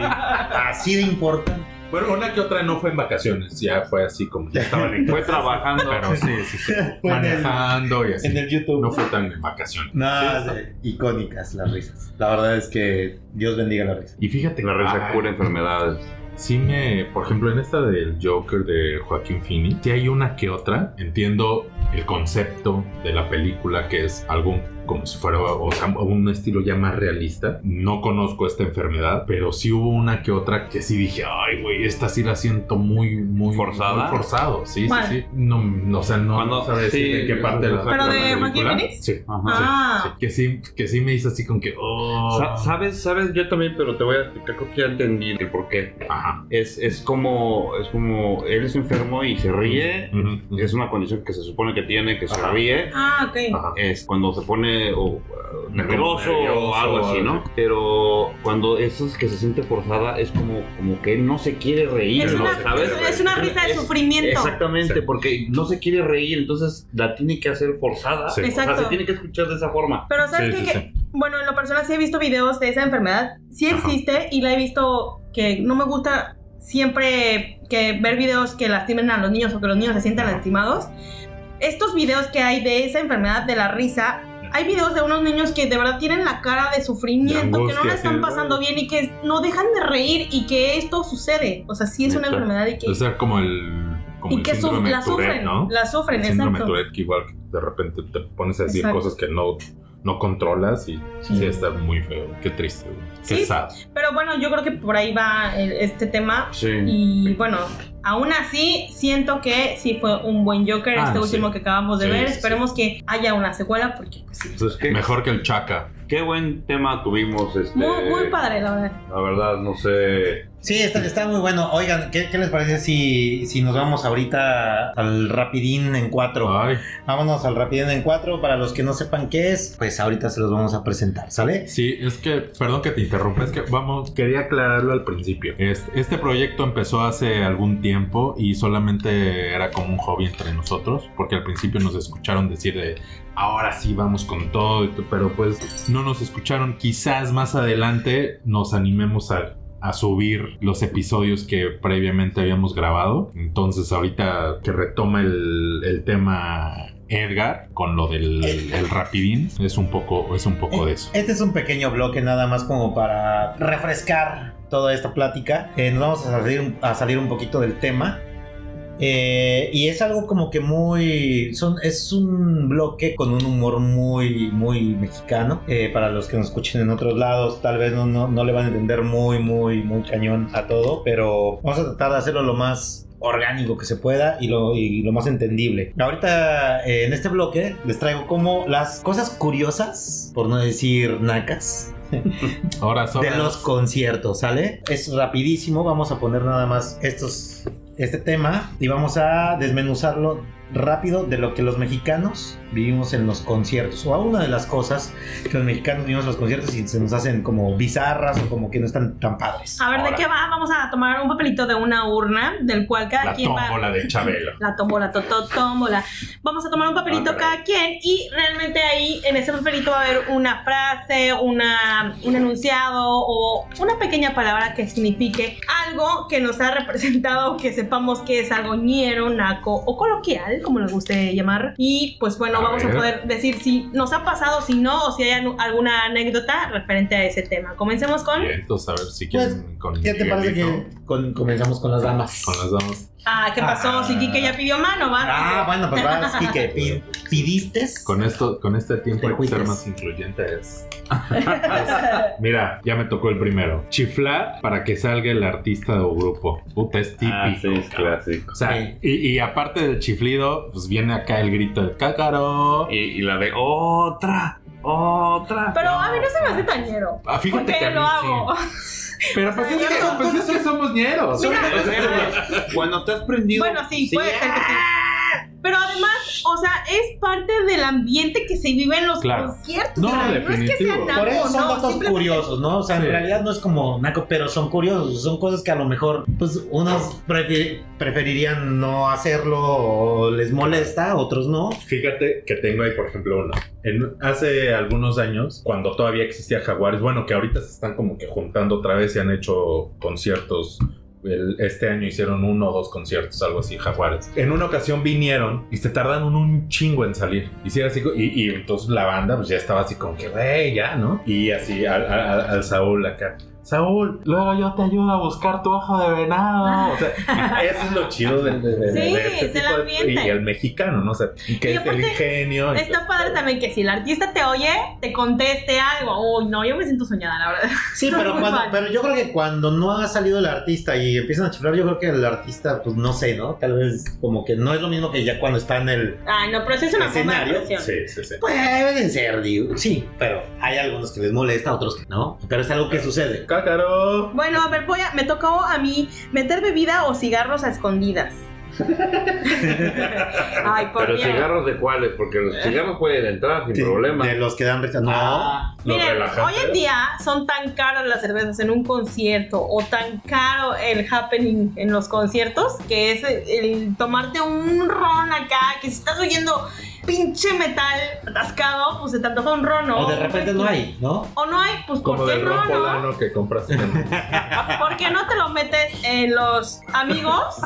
Así de importante.
Bueno, una que otra no fue en vacaciones, ya fue así como ya estaban en
Fue trabajando.
Pero sí, sí, sí.
Fue en el-
Manejando y
en
así.
el YouTube.
No fue tan en vacaciones.
Nada, de- icónicas las risas. La verdad es que Dios bendiga la risa.
Y fíjate,
La risa
ay,
cura enfermedades.
Sí me, por ejemplo, en esta del Joker de Joaquín Phoenix, sí hay una que otra. Entiendo el concepto de la película que es algo como si fuera, o sea, un estilo ya más realista. No conozco esta enfermedad, pero sí hubo una que otra que sí dije, ay, güey, esta sí la siento muy, muy
¿Forzada?
muy forzado, sí,
¿Cuál?
sí, sí. No, no, o sea, no,
Cuando-
no sabría
sí.
decir de qué parte de la
¿Pero
sacaron
de
la
Joaquín
película.
Phoenix?
Sí.
Ajá.
Ah,
Sí, que sí, que sí me hizo así con que, oh,
Sa- Sabes, sabes, yo también, pero te voy a explicar, creo que ya entendí el por qué.
ajá,
Es, es como, es como, él es enfermo y se ríe.
ujú, ujú.
Es una condición que se supone que tiene, que se
Mm. Ajá.
ríe.
ah, ok.
Ajá.
Es cuando se pone o, uh, nervioso,
nervioso,
o algo así, ¿no? Pero cuando eso es que se siente forzada, es como, como que él no se quiere reír,
Es
¿no?
una,
¿sabes?
es- es una risa de
Es-
sufrimiento.
Exactamente,
Sí.
porque no se quiere reír, entonces la tiene que hacer forzada.
Sí.
O sea,
Exacto.
se tiene que escuchar de esa forma.
Pero sabes
Sí,
qué?
sí,
que, bueno, en lo personal sí he visto videos de esa enfermedad, sí
Ajá.
existe y la he visto que no me gusta siempre que ver videos que lastimen a los niños o que los niños se sientan lastimados. Estos videos que hay de esa enfermedad de la risa, hay videos de unos niños que de verdad tienen la cara de sufrimiento,
De
que no la
angustia, sí,
están
de-
pasando bien y que no dejan de reír y que esto sucede. O sea, sí es una
Neta.
enfermedad y que,
O sea, como el. Como
y
el
que su-
síndrome
la
de Tourette,
sufren,
¿no?
la sufren,
el síndrome de
exacto.
Tourette, que igual que de repente te pones a decir
Exacto.
cosas que no, no controlas y sí. está muy feo. Qué triste, güey. Qué
Sí.
sad.
Pero bueno, yo creo que por ahí va el- este tema.
Sí.
Y bueno, aún así siento que sí fue un buen Joker
Ah,
este
sí.
último que acabamos de
Sí,
ver.
sí, sí.
Esperemos que haya una secuela porque pues, sí.
Entonces, ¿qué,
Mejor que el Chaka.
qué buen tema tuvimos. Este,
Muy, muy padre, la verdad.
La verdad, no sé.
Sí, está, está muy bueno. Oigan, ¿qué, qué les parece si, si nos vamos ahorita al rapidín en cuatro?
Ay,
Vámonos al rapidín en cuatro. Para los que no sepan qué es, pues ahorita se los vamos a presentar, ¿sale?
sí, es que, perdón que te interrumpa, es que vamos, quería aclararlo al principio. Este, este proyecto empezó hace algún tiempo y solamente era como un hobby entre nosotros, porque al principio nos escucharon decir de, ahora sí vamos con todo, y t- pero pues no nos escucharon. Quizás más adelante nos animemos a, a subir los episodios que previamente habíamos grabado. Entonces ahorita que retoma el, el tema Edgar con lo del el rapidín es un poco es un poco de eso.
Este es un pequeño bloque nada más como para refrescar toda esta plática. Eh, nos vamos a salir, a salir un poquito del tema. Eh, y es algo como que muy... Son, es un bloque con un humor muy, muy mexicano. Eh, para los que nos escuchen en otros lados, tal vez no, no, no le van a entender muy, muy, muy cañón a todo. Pero vamos a tratar de hacerlo lo más orgánico que se pueda y lo, y lo más entendible. Ahorita eh, en este bloque les traigo como las cosas curiosas, por no decir nacas,
Ahora
de
sobre
los conciertos, ¿sale? Es rapidísimo, vamos a poner nada más estos este tema y vamos a desmenuzarlo rápido de lo que los mexicanos vivimos en los conciertos o a una de las cosas que los mexicanos vivimos en los conciertos y se nos hacen como bizarras o como que no están tan padres.
A ver, ¿de qué va? Vamos a tomar un papelito de una urna del cual cada
La
quien va.
tómbola de Chabelo.
La tómbola, to- to- tómbola. Vamos a tomar un papelito
Ah, caray.
cada quien y realmente ahí en ese papelito va a haber una frase, una, un enunciado o una pequeña palabra que signifique algo que nos ha representado, que sepamos que es algo ñero, naco o coloquial, como les guste llamar. Y pues bueno,
A
vamos a
ver.
poder decir si nos ha pasado, si no, o si hay anu- alguna anécdota referente a ese tema. Comencemos con...
Bien, entonces a ver si
Pues,
quieren con
¿Qué te parece que
Miguelito,
con- comenzamos con las damas?
con las damas,
Ah, ¿qué pasó?
Ah.
Si Kike ya pidió mano, vas.
Ah, bueno, pues vas, Kike, pi- pidiste.
con esto, con este tiempo
Te
hay que ser
cuides.
más incluyentes? Mira, ya me tocó el primero. Chiflar para que salga el artista o grupo. Puta, es típico.
Ah, sí, es
cabrón.
clásico.
O sea,
Sí.
y, y aparte del chiflido, pues viene acá el grito del cácaro.
Y, y la de oh, otra, otra.
Pero a mí no se me hace tañero.
Ah,
¿Por
fíjate que a
qué
mí
lo hago?
sí. Pero pues,
O sea,
es, que,
yo no-
pues es que somos ñeros.
Mira,
Es que Cuando te has prendido.
Bueno, sí, puede ser que sí. Pero además, o sea, es parte del ambiente que se vive en los
Claro.
conciertos.
No,
o sea, No es que
definitivo.
sea
Por eso son
no,
datos
simplemente-
curiosos, ¿no? O sea,
Sí.
en realidad no es como naco, pero son curiosos. Son cosas que a lo mejor, pues, unos prefi- preferirían no hacerlo o les molesta, otros no.
Fíjate que tengo ahí, por ejemplo, uno. En- hace algunos años, cuando todavía existía Jaguares, bueno, que ahorita se están como que juntando otra vez y han hecho conciertos. El- este año hicieron uno o dos conciertos, algo así, Jaguares. En una ocasión vinieron y se tardaron un chingo en salir. Y, sí era así, co- y, y entonces la banda pues ya estaba así como que, güey, ya, ¿no? Y así al, al- al Saúl acá. Saúl, luego yo te ayudo a buscar tu ojo de venado. O sea, eso es lo chido del de, de- de
Sí,
este
es el
tipo de-
ambiente.
y el mexicano, ¿no? O sea, que
Y
es el
aparte,
ingenio.
Está padre también que si el artista te oye, te conteste algo. Uy, no, yo me siento soñada, la verdad.
Sí,
Son
pero,
muy
cuando-
fan.
pero yo creo que cuando no ha salido el artista y empiezan a chiflar, yo creo que el artista, pues, no sé, ¿no? Tal vez como que no es lo mismo que ya cuando está en el...
Ay, no, pero eso es una forma de
Escenario,
expresión.
Sí, sí, sí.
Pueden ser, digo, sí, pero hay algunos que les molesta, otros que no. Pero es algo que sucede.
Cácaro.
Bueno, a ver, voy a, me tocó a mí meter bebida o cigarros a escondidas. Ay, por
Pero
Dios.
cigarros de cuáles, porque los cigarros pueden entrar sin
Sí,
problema.
De los que dan risa. No.
Ah, los
Miren, hoy
relajantes.
en día son tan caras las cervezas en un concierto o tan caro el happening en los conciertos que es el, el tomarte un ron acá, que si estás oyendo pinche metal atascado, pues se te antoja un ron
o de repente no hay, ¿no?
O no hay, pues
Como
¿por qué
del
no?
ron
no?
polano que compraste. en-
¿Por qué no te lo metes en los amigos,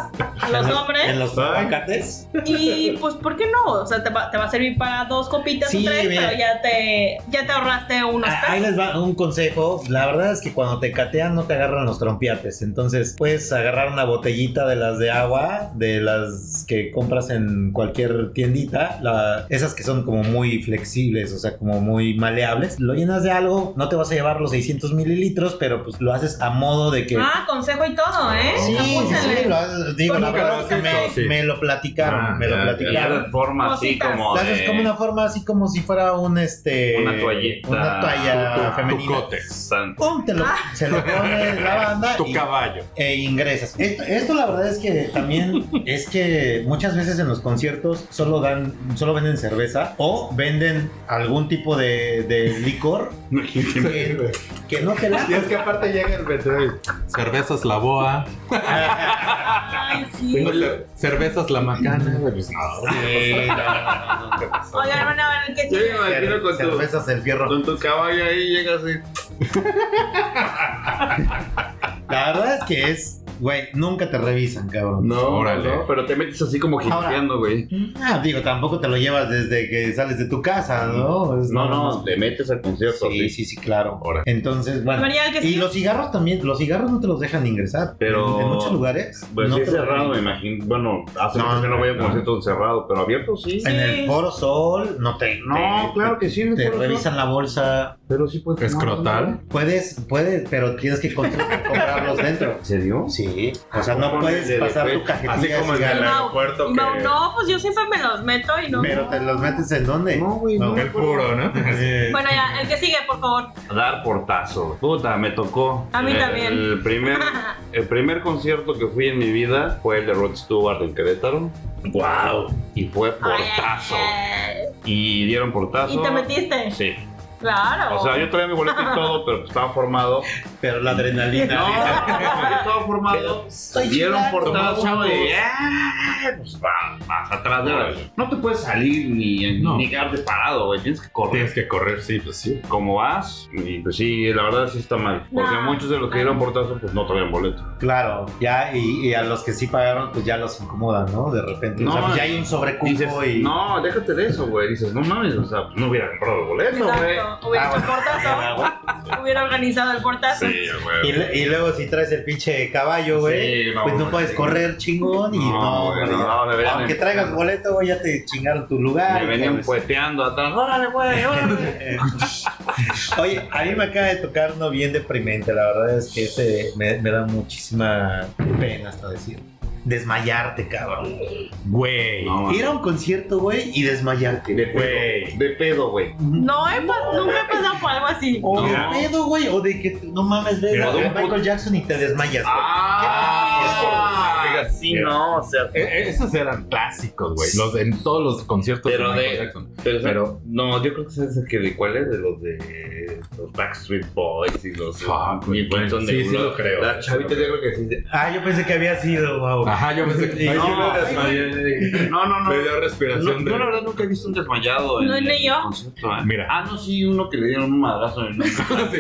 los
En
hombres?
los aguacates.
Y pues ¿por qué no? O sea, te va, te va a servir para dos copitas
Sí,
o tres,
mira.
pero ya te, ya te ahorraste unos
Ah, Ahí
pesos.
les va un consejo. La verdad es que cuando te catean no te agarran los trompiates. Entonces puedes agarrar una botellita de las de agua, de las que compras en cualquier tiendita. la- esas que son como muy flexibles, o sea, como muy maleables. Lo llenas de algo, no te vas a llevar los 600 mililitros, pero pues lo haces a modo de que...
Ah, consejo y todo, ¿eh?
Sí, sí,
Apúntenle.
sí, lo haces- digo, la
Nunca
verdad
lo
es que
has
me,
hecho,
sí.
me lo platicaron,
Ah,
me lo
ya, ya.
Y ya
platicaron.
de forma así
Cositas.
como.
Lo haces
de-
como una forma así como si fuera un este
Una toallita.
una toalla
Tu-
femenina.
Tu cote,
San-
Pum, te lo- se lo pone la banda
tu
y-
caballo.
e ingresas. Esto, esto la verdad es que también es que muchas veces en los conciertos solo dan, solo venden cerveza o venden algún tipo de, de licor que, que no te la
Y es que aparte llega el vendedor
Cervezas la boa,
Ay, sí.
tengo cer- cervezas la macana. güey, pues, no.
Ah,
Sí, no, no, no, no,
Oigan, van a ver que
Yo
sí.
me imagino con tu,
cervezas del fierro.
con tu caballo ahí llegas así.
La verdad es que es, güey, nunca te revisan, cabrón.
No,
Órale.
no, pero te metes así como
Ahora.
jineteando, güey.
Ah, digo, tampoco te lo llevas desde que sales de tu casa, ¿no? Es
No,
nada
no,
más-
te metes al concierto.
Sí,
sí.
sí, sí, claro.
Ahora.
Entonces, bueno.
María, el que
Y
sí.
los cigarros también, los cigarros no te los dejan ingresar.
Pero-
En, en muchos lugares.
Pues
no
sí,
te los
cerrado, me
dejan.
imagino. Bueno, hace
No,
mucho que no voy a un
no.
concierto cerrado, pero abierto sí.
En el Foro Sol, no te.
No,
te-
claro que sí.
Te,
me
te
acuerdo.
revisan la bolsa.
Pero sí puede
Escrotal.
Puedes, puedes, pero tienes que con- comprarlos dentro.
¿En serio?
Sí. O sea, no puedes pasar tu cajetilla
Así
de
como en el
cigarro.
aeropuerto
Y Mau,
que
no, pues yo siempre me los meto y no.
Pero te los metes en dónde? Eh,
No, güey, no.
el puro, ¿no?
Bueno, ya, el que sigue, por favor.
Dar portazo. Puta, me tocó.
A mí
El-
también.
El primer, el primer concierto que fui en mi vida fue el de Rod Stewart en Querétaro.
Wow.
Y fue
Ay,
portazo.
ay,
Y dieron
ay.
portazo.
¿Y te metiste?
Sí.
Claro.
O sea, yo traía mi boleto y todo, pero estaba formado.
Pero la adrenalina.
No, estaba formado. Dieron portazo y. ¡ah! Pues va, vas atrás de la. No te puedes salir ni,
No.
ni quedarte parado, güey. Tienes que correr.
Tienes que correr, sí, pues sí.
como vas. Y pues sí, la verdad sí está mal. Porque
No.
muchos de los que dieron portazo, pues no traían boleto.
Claro, ya, y, y a los que sí pagaron, pues ya los incomodan, ¿no? De repente. o sea,
No,
pues ya hay un
Dices,
sobrecupo y.
no, déjate de eso, güey. Dices, no mames, o sea, pues, no hubiera comprado el boleto, güey. Ah,
Exacto. Hubiera hecho el portazo. Hubiera organizado el portazo.
Sí,
Y,
güey.
le- y luego si traes el pinche caballo, güey.
Sí,
pues no
güey,
puedes
sí.
correr chingón y
No,
no,
güey,
güey.
no, me venían-
Aunque traigas boleto, güey, ya te chingaron tu lugar.
Me venían
Pues,
pueteando atrás. ¡Órale, güey! órale".
eh, Oye, a mí me acaba de tocar uno bien deprimente. La verdad es que este me, me da muchísima pena hasta decir. Desmayarte, cabrón.
Güey.
No, mames.
Ir a un concierto, güey, y desmayarte.
De pedo,
Güey.
de pedo, güey.
No, he pas- nunca he pasado por algo así.
O de
No.
pedo, güey, o de que no mames, ves
Mira,
a
de un
Michael
puto-
Jackson y te desmayas. güey.
Ah,
Ah,
sí, no, o sea,
Eh, eh, esos eran clásicos, güey. Los, en todos los conciertos
Pero
Michael
de-
Jackson.
pero,
Pero-
no, yo creo que es ese que de cuál es de los de los Backstreet Boys y los
Fuck, güey.
y Winston
Sí,
de-
sí lo creo.
La chavita yo creo que sí.
Ah, yo pensé que había sido, wow.
Ah.
Ajá, yo pensé que.
Y-
Ay, sí
no,
me desmayé.
No, no, no.
Me dio
No,
respiración
yo la
de.
verdad nunca he visto un desmayado.
No,
en,
ni
en
yo.
concierto, ¿eh?
Mira.
Ah, no, sí, uno que le dieron un madrazo en el.
Creo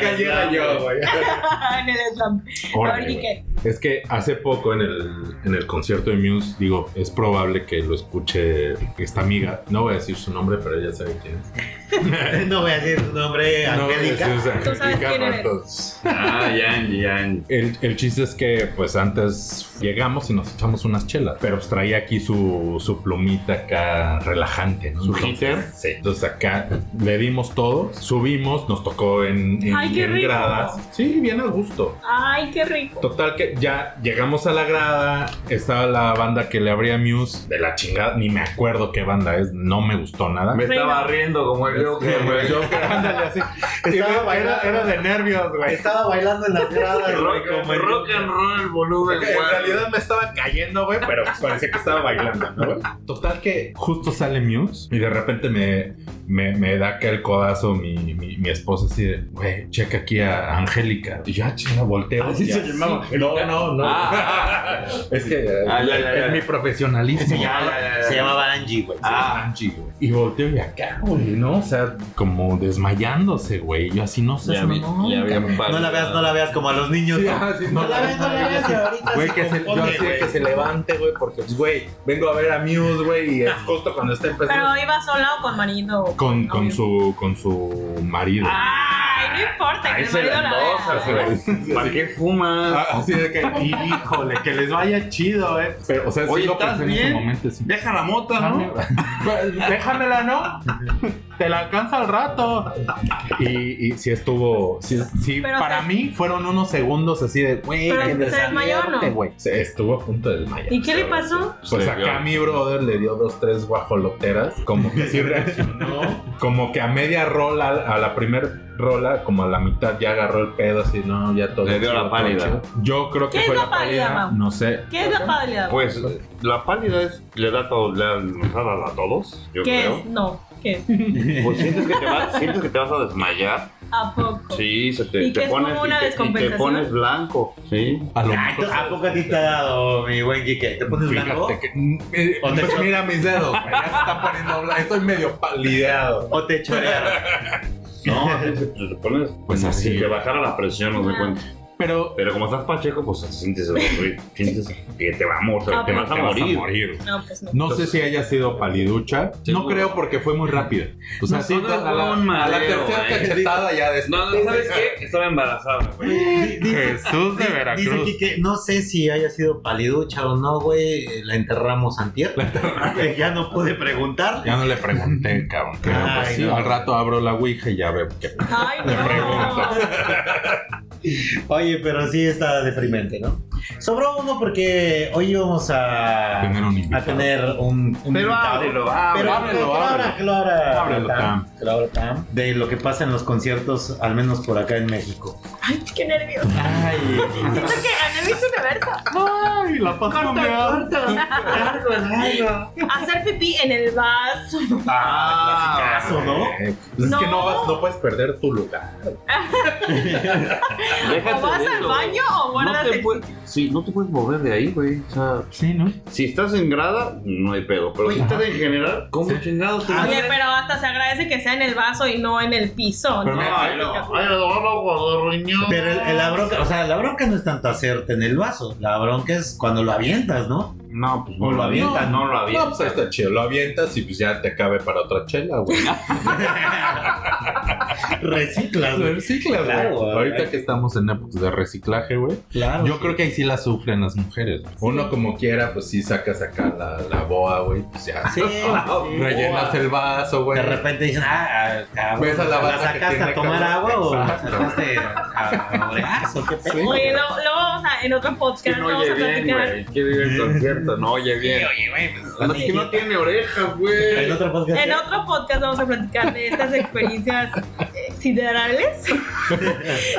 que ayer era yo, güey.
Ah, en el slam. A
Órale,
ver, ¿y
güey.
qué?
Es que hace poco en el, en el concierto de Muse, digo, es probable que lo escuche esta amiga. No voy a decir su nombre, pero ella sabe quién es.
No voy a decir su nombre,
No voy a
Angélica.
decir, o sea,
Tú sabes
Angélica
quién eres.
Bastos.
Ah, Yanji, Yanji.
El, el chiste es que, pues antes llegamos y nos echamos unas chelas, pero pues, traía aquí su, su plumita acá relajante, ¿no?
¿Su
Entonces,
heater?
Sí. Entonces acá le dimos todo, subimos, nos tocó en, en-
Ay, qué
en
rico.
gradas. Sí, bien a gusto.
Ay, qué rico.
Total que ya llegamos a la grada, estaba la banda que le abría Muse, de la chingada, ni me acuerdo qué banda es, no me gustó nada.
Me
Me
estaba riendo como el Joker, güey.
así.
Estaba
Era,
bailando.
era- era de nervios, güey.
Estaba bailando en las gradas, güey.
Rock,
como el-
rock and roll, volumen.
En
güey.
realidad me estaba cayendo, güey, pero pues parecía que estaba bailando, ¿no? Total que justo sale Muse y de repente me, me, me da aquel codazo mi, mi, mi esposa así de, güey, checa aquí a Angélica. Y ya, chinga, volteo.
Así
y
se
así.
llamaba.
No, no, no.
Ah.
es que eh,
Ah, ya, ya, ya.
es mi profesionalismo.
Se llamaba Angie, güey.
Ah.
Angie, güey. Y volteo y acá, güey, ¿no? O sea, como desmayándose, güey. Yo así no sé.
Ya vi, ya vi. ah,
No la veas, no la veas como a los niños.
Ah, Sí,
¿no?
ajá, sí, no,
No la veas, no la veas. y ahorita
Güey,
se
que se, yo
compone,
hacía
güey.
que se levante, güey, porque, pues, güey, vengo a ver a Muse, güey, y
Ah.
es justo cuando está empezando.
Pero iba sola o con marido. o
Con, con,
novio.
su, con su marido.
Ay, no importa, que
Ahí
el
se
marido la
endosa,
vea.
güey. ¿Para qué fumas?
Ah, Así de que, híjole, que les vaya chido, eh. Pero, o sea,
Oye,
sí lo
¿estás
pensé en ese
bien?
momento, sí. Ah,
Deja la mota,
Dame- Déjamela, ¿no? Te la alcanza al rato. Y, y sí estuvo. Sí, sí,
Pero
para
se-
mí fueron unos segundos así de, güey,
Pero
que
se desmayó, ¿no?
desmayarte, güey. Se estuvo a punto de desmayar.
¿Y qué le pasó?
Pues acá mi brother le dio dos, tres guajoloteras. Como que sí reaccionó. Como que a media rola, a la primera rola, como a la mitad ya agarró el pedo así, no, ya todo.
Le dio
chido,
la
todo
pálida.
chido. Yo creo que
¿Qué es
fue
la
la pálida.
pálida, Mau?
no sé.
¿Qué es la pálida?
Pues la pálida es, le da todo, le da- nos ha dado a todos, yo
¿Qué
creo.
es? No, ¿qué es?
Pues sientes que, te vas, sientes que te vas a desmayar.
¿A poco?
Sí, se te,
¿Y
te
que es
pones
como una
y te- y te
descompensación?
pones blanco, sí.
A lo
Ah, entonces, ¿A poco a ti te ha dado, mi buen Quique? ¿Te pones blanco?
Fíjate que. mm, eh,
¿O te
pues
cho-
mira mis dedos, güey, ya se está poniendo blanco. Estoy medio palideado.
¿O te chorearon?
No, se- se- te pones
Pues
como
así.
si te bajara la presión, no sé
Ah.
cuenta.
Pero
Pero como estás pacheco, pues sientes, sientes que te va a morir.
Ah,
te
pero
vas a
te vas a
morir.
morir.
No, pues no.
No sé si haya sido paliducha. No
Seguro.
creo porque fue muy rápida. O sea, sí,
Nosotros
a la,
fue un
a la
mareo,
tercera
eh.
cachetada ya después.
No, no, ¿sabes qué? Estaba embarazada, güey.
Jesús de
Dice
Veracruz.
Quique, no sé si haya sido paliducha o no, güey. La enterramos antier. ya no pude preguntar.
Ya no le pregunté, cabrón. Pero
Ay,
pues sí,
no.
al rato abro la Ouija y ya veo que
Ay, no.
Oye, pero sí está deprimente, ¿no? Sobró uno porque hoy íbamos a
tener un invitado.
a tener un, un
Pero
invitado.
ábrelo, ábrelo.
Pero
ábrelo,
que lo abra,
ábrelo.
que lo abra
Ábrelo, Tam.
que lo abra Tam. De lo que pasa en los conciertos, al menos por acá en México.
Ay, qué nervios.
Ay,
Siento que gané Miss Universo.
Ay, la paz no me da.
Hacer pipí en el vaso.
Ah,
clasicazo, ¿no?
eh, pues
No.
Es que no vas.
vas- no puedes perder tu lugar.
Déjate
¿O vas
de
al
eso.
baño o guardas
no te
el-
puedes, Sí, no te puedes mover de ahí, güey. O sea,
Sí, ¿no?
si estás en grada, no hay pedo. Pero si estás en general, ¿cómo chingados te vas a
Oye,
mover?
pero hasta se agradece que sea en el vaso y no en el piso.
Pero
¿no?
mira,
Ay, no, ay, no, no, guadorriñón.
Pero el- el- la bronca, o sea, la bronca no es tanto hacerte en el vaso, la bronca es cuando lo avientas, ¿no?
No, pues
O
no
lo
lo
avientan.
avientan. No este,
No, pues ahí
lo avientan.
está chido. Lo avientas y pues ya te cabe para otra chela, güey.
Reciclas, güey.
Reciclas, güey.
Claro, güey.
Ahorita que estamos en épocas de reciclaje, güey.
Claro.
Yo creo que ahí sí la sufren las mujeres.
Uno como quiera, pues sí sacas acá la, la boa, güey. Pues ya.
Sí, sí.
Rellenas el vaso, güey.
De repente dicen, ah, ah, cabrón,
Ves a la banda que
sacaste
tiene
a tomar
calor.
agua o la
Exacto.
sacaste a a abrazos? ¿Qué pedo?
Oye, lo, lo vamos a, en otro
Que
podcast
no
vamos
oye
a
bien,
platicar.
güey. Que vive el concierto. No oye bien.
Oye, güey, pues,
No, Es que no tiene orejas,
En
güey.
otro podcast.
En otro podcast vamos a platicar de estas experiencias eh, siderales.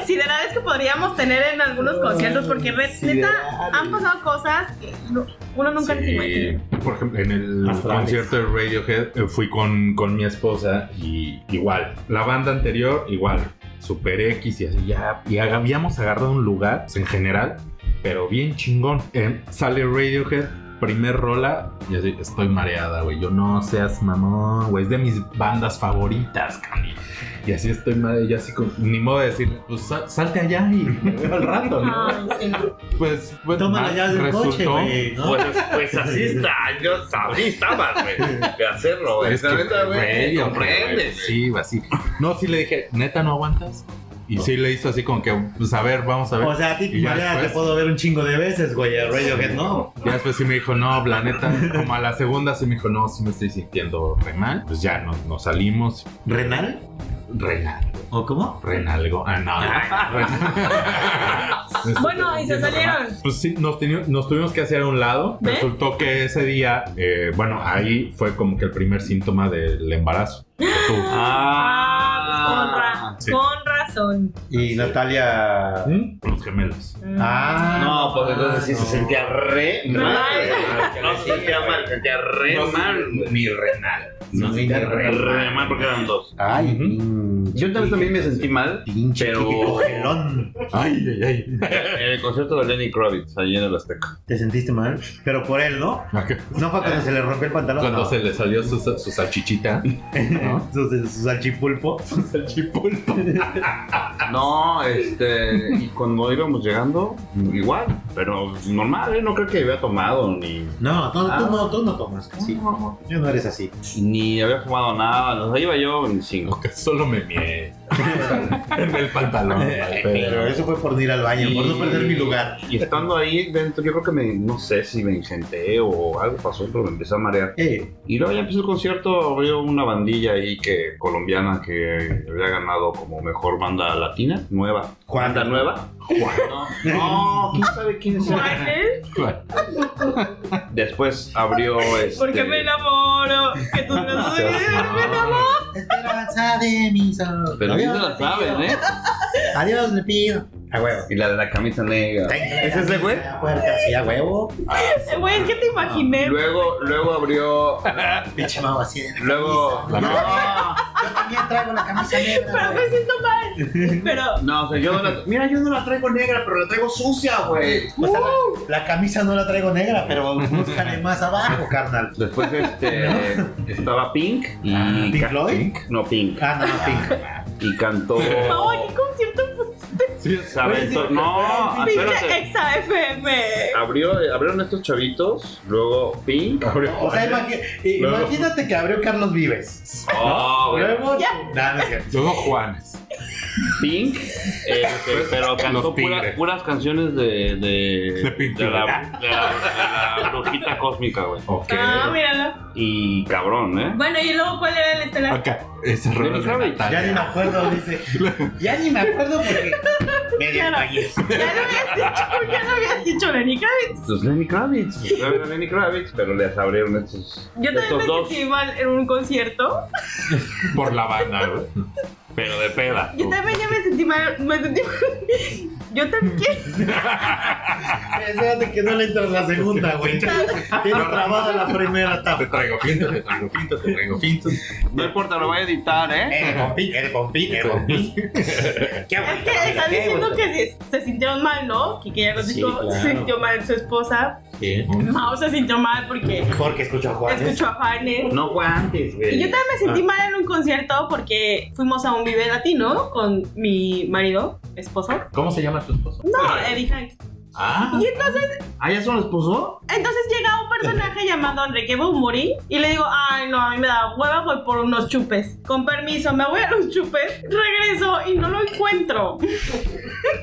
siderales que podríamos tener en algunos conciertos, porque re- neta han pasado cosas que no- uno nunca se imagina.
Sí, por ejemplo, en el
Astrales.
concierto de Radiohead eh, fui con, con mi esposa y igual, la banda anterior igual, Super X y así, ya, y ag- habíamos agarrado un lugar pues, en general, pero bien chingón. Eh, sale Radiohead, primer rola, y así, estoy mareada, güey, yo no seas mamón, güey, es de mis bandas favoritas, Candy. Y así estoy mareada, y yo así, con, ni modo de decir, pues sal- salte allá y me veo al rato, ¿no?
Ay, sí.
Pues, bueno,
Toma las llaves del coche,
resultó-
güey. ¿no?
Pues, pues así está, yo así estaba, güey, de hacerlo, güey.
Es que,
Pues La neta, güey,
güey,
comprendes.
güey, Sí, güey, así. No, sí le dije, neta, no aguantas. Y sí le hizo así como que, pues a ver, vamos a ver.
O sea, a ti
Y ya
María,
después-
te puedo ver un chingo de veces, güey, a Radiohead, no.
Ya después sí me dijo, no, la neta, como a la segunda sí me dijo, no, sí me estoy sintiendo re mal. Pues ya nos, nos salimos.
¿Renal?
Renal,
¿O cómo?
renalgo. Ah, no, renal.
Bueno, y se salieron.
Pues sí, nos, teni- nos tuvimos que hacer a un lado.
¿Ves?
Resultó que ese día, eh, bueno, ahí fue como que el primer síntoma del embarazo. que tuve.
Ah, pues
Sí.
con, ra- con razón.
Y Natalia.
¿Mm? Los gemelos.
Ah.
No, pues entonces sí
no.
se sentía re mal. güey. No se sentía mal, se sentía re mal. güey.
Ni renal.
No, ni
sentía
renal.
Re mal porque eran dos.
Ay,
Ujú.
mm,
Yo tal vez también me sentí mal
Pinche
Pero-
Quique cogelón.
Ay, ay, ay.
en el concierto de Lenny Kravitz, ahí en el Azteca.
Te sentiste mal, pero por él, ¿no? No fue cuando se le rompió el pantalón.
Cuando
no.
se le salió su, su salchichita. ¿no?
Su, su- su salchipulpo.
Salchipulpo.
No, este, y cuando íbamos llegando, igual, pero normal, ¿eh? no creo que había tomado ni.
No, no,
Ah.
tú, no tú no tomas casi.
No,
Yo no eres así.
Ni había fumado nada, o sea, iba yo en cinco.
Solo me mié en el pantalón. al
Pero
pedo.
eso fue por no ir al baño, por no
Y-
perder mi lugar.
Y estando ahí dentro, yo creo que me, no sé si me ingenté o algo pasó, pero me empecé a marear.
Eh,
Y luego ya empezó el concierto, abrió una bandilla ahí que colombiana que había ganado como mejor banda latina, nueva.
Juan.
¿Banda nueva? No, no, quién sabe quién es.
Juanes,
Después abrió este.
¿Por qué me enamoro? Que tus
Ah,
besos me hicieron me enamoro.
esperanza de mis ojos.
Pero sí se
Adiós,
la saben, ¿eh?
Adiós, le pido. A huevo.
Y la de la camisa negra.
¿Es
ese güey?
Sí, a huevo.
Güey, es que te
Ah,
imaginé.
Luego, luego abrió.
Pinche mago así. de-
Luego. No.
Yo también traigo la camisa negra.
Pero me
güey.
siento mal. Pero
No, o sea, yo no la. Mira, yo no la traigo negra, pero la traigo sucia, güey.
pues,
O sea,
uh.
la, la camisa no la traigo negra, pero búscale más abajo, carnal.
Después este. Estaba Pink. Y
Ah, ¿Pink Floyd?
No, Pink.
Ah, no, no, Pink.
Y cantó.
No, qué concierto pusiste.
Sí,
Se
Pues,
aventó- No,
Pinche
espérate.
Exa FM.
Abrió, abrieron estos chavitos, luego Pink.
abrió-
O sea, imagi- i-
Luego-
imagínate que abrió Carlos Vives.
Oh, güey.
Luego.
Ya.
Nah, no es cierto.
Luego Juanes.
Pink, este, pero cantó
Los Tigres.
pura- puras canciones de. De,
De Pink
de la, de la- de la brujita cósmica, güey.
Ok.
Ah, míralo.
Y cabrón, ¿eh?
Bueno, y luego, ¿cuál era el estelar?
Acá. Ese error
Lenny
es
Kravitz.
Ya
de
ni me
Natalia.
acuerdo, dice. Ya ni me acuerdo porque. Me desmayé.
Ya lo habías dicho, ya lo habías dicho, Lenny Kravitz.
Pues Lenny Kravitz. pues, Era Lenny Kravitz, pero les abrieron estos,
Yo también
estos
me
dos,
sentí mal en un concierto.
Por la banda, güey.
pero de peda.
Yo también ya me sentí mal. Me sentí mal. Yo también.
Espérate que no le entras la segunda, güey. Tiene trabada la primera
Te
tapa.
traigo finta, te traigo finta, te traigo finta.
No importa, lo voy a editar, ¿eh?
Eres pompi, eres pompi, eres pompi. Qué
Es
bonito,
que
mira,
están
qué
diciendo
bonito.
que se, se sintieron mal, ¿no? Que, que ya nos
Sí,
dijo,
claro.
se sintió mal su esposa. Mao se sintió mal porque
Porque escucho a
¿eh?
Juan.
escuchó a Juanes.
No fue antes,
Y yo
güey. Ah.
también me sentí mal en un concierto porque fuimos a un Vive Latino con mi marido, esposo.
¿Cómo se llama tu esposo?
No, eh, Eddie Hank.
Ah.
Y entonces,
¿Ah, ya se lo expuso?
entonces llega un personaje llamado Enrique Bumburi y le digo, ay no, a mí me da hueva, voy por unos chupes. Con permiso, me voy a los chupes, regreso y no lo encuentro.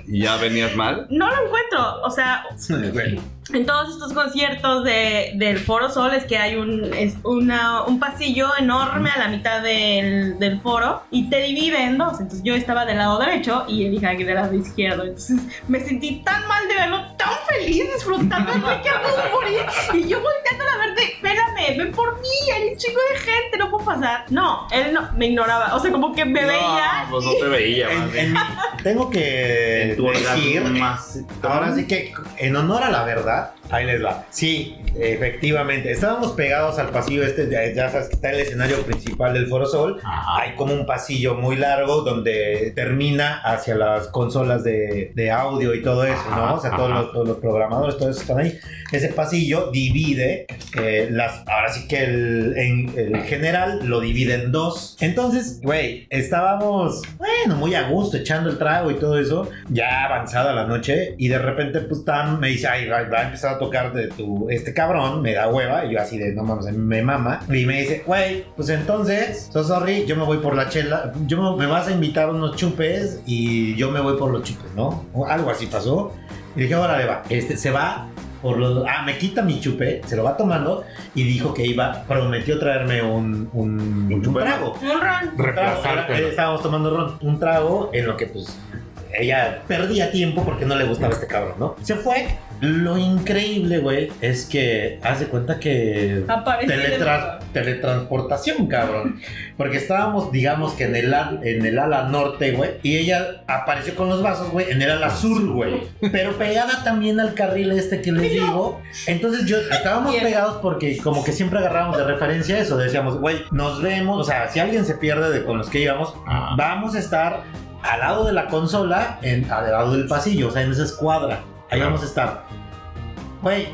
¿Y ya venías mal?
No lo encuentro. O sea,
Güey.
en todos estos conciertos de, del Foro Sol es que hay un, es una- un pasillo enorme a la mitad del, del foro y te divide en dos. Entonces yo estaba del lado derecho y él hija del lado izquierdo. Entonces me sentí tan mal de verlo, tan feliz disfrutando de que morir. Y yo volteando a verte, espérame, ven por mí, hay un chingo de gente, no puedo pasar. No, él no, me ignoraba. O sea, como que me veía.
No, pues no te veía, más
En-
bien.
en- tengo que
En tu
decir,
orgasmo más.
ahora sí que en honor a la verdad, ahí les va. Sí, efectivamente, estábamos pegados al pasillo este, ya, ya sabes que está el escenario principal del Foro Sol. Hay como un pasillo muy largo donde termina hacia las consolas de, de audio y todo eso, ¿no? O sea, todos los, todos los programadores, todos esos están ahí. Ese pasillo divide eh, las. Ahora sí que el, en, el general lo divide en dos. Entonces, güey, estábamos, bueno, muy a gusto, echando el trago y todo eso. Ya avanzada la noche. Y de repente, pues, Tam me dice, ay, va, va a empezar a tocar de tu. Este cabrón me da hueva. Y yo, así de, no mames, a mí me mama. Y me dice, güey, pues entonces, so sorry, yo me voy por la chela. Yo me, me vas a invitar unos chupes y yo me voy por los chupes, ¿no? O algo así pasó. Y dije, órale, va. Este, se va por los. Ah, me quita mi chupe, se lo va tomando. Y dijo que iba, prometió traerme un, un, un
chupe.
trago.
Un ron.
Era- era-
Reemplazarte.
Estábamos tomando ron, un trago en lo que pues ella perdía tiempo porque no le gustaba este cabrón, ¿no? Se fue. Lo increíble, güey, es que hace cuenta que
Apareció.
teletra- teletransportación, cabrón. Porque estábamos, digamos que en el, a- en el ala norte, güey. Y ella apareció con los vasos, güey, en el ala sur, güey. Pero pegada también al carril este que les digo. Entonces yo estábamos
Bien.
pegados porque como que siempre agarrábamos de referencia eso. Decíamos, güey, nos vemos. O sea, si alguien se pierde de con los que íbamos,
Ah.
vamos a estar al lado de la consola, en, al lado del pasillo, o sea, en esa escuadra. Ahí vamos a estar. Güey,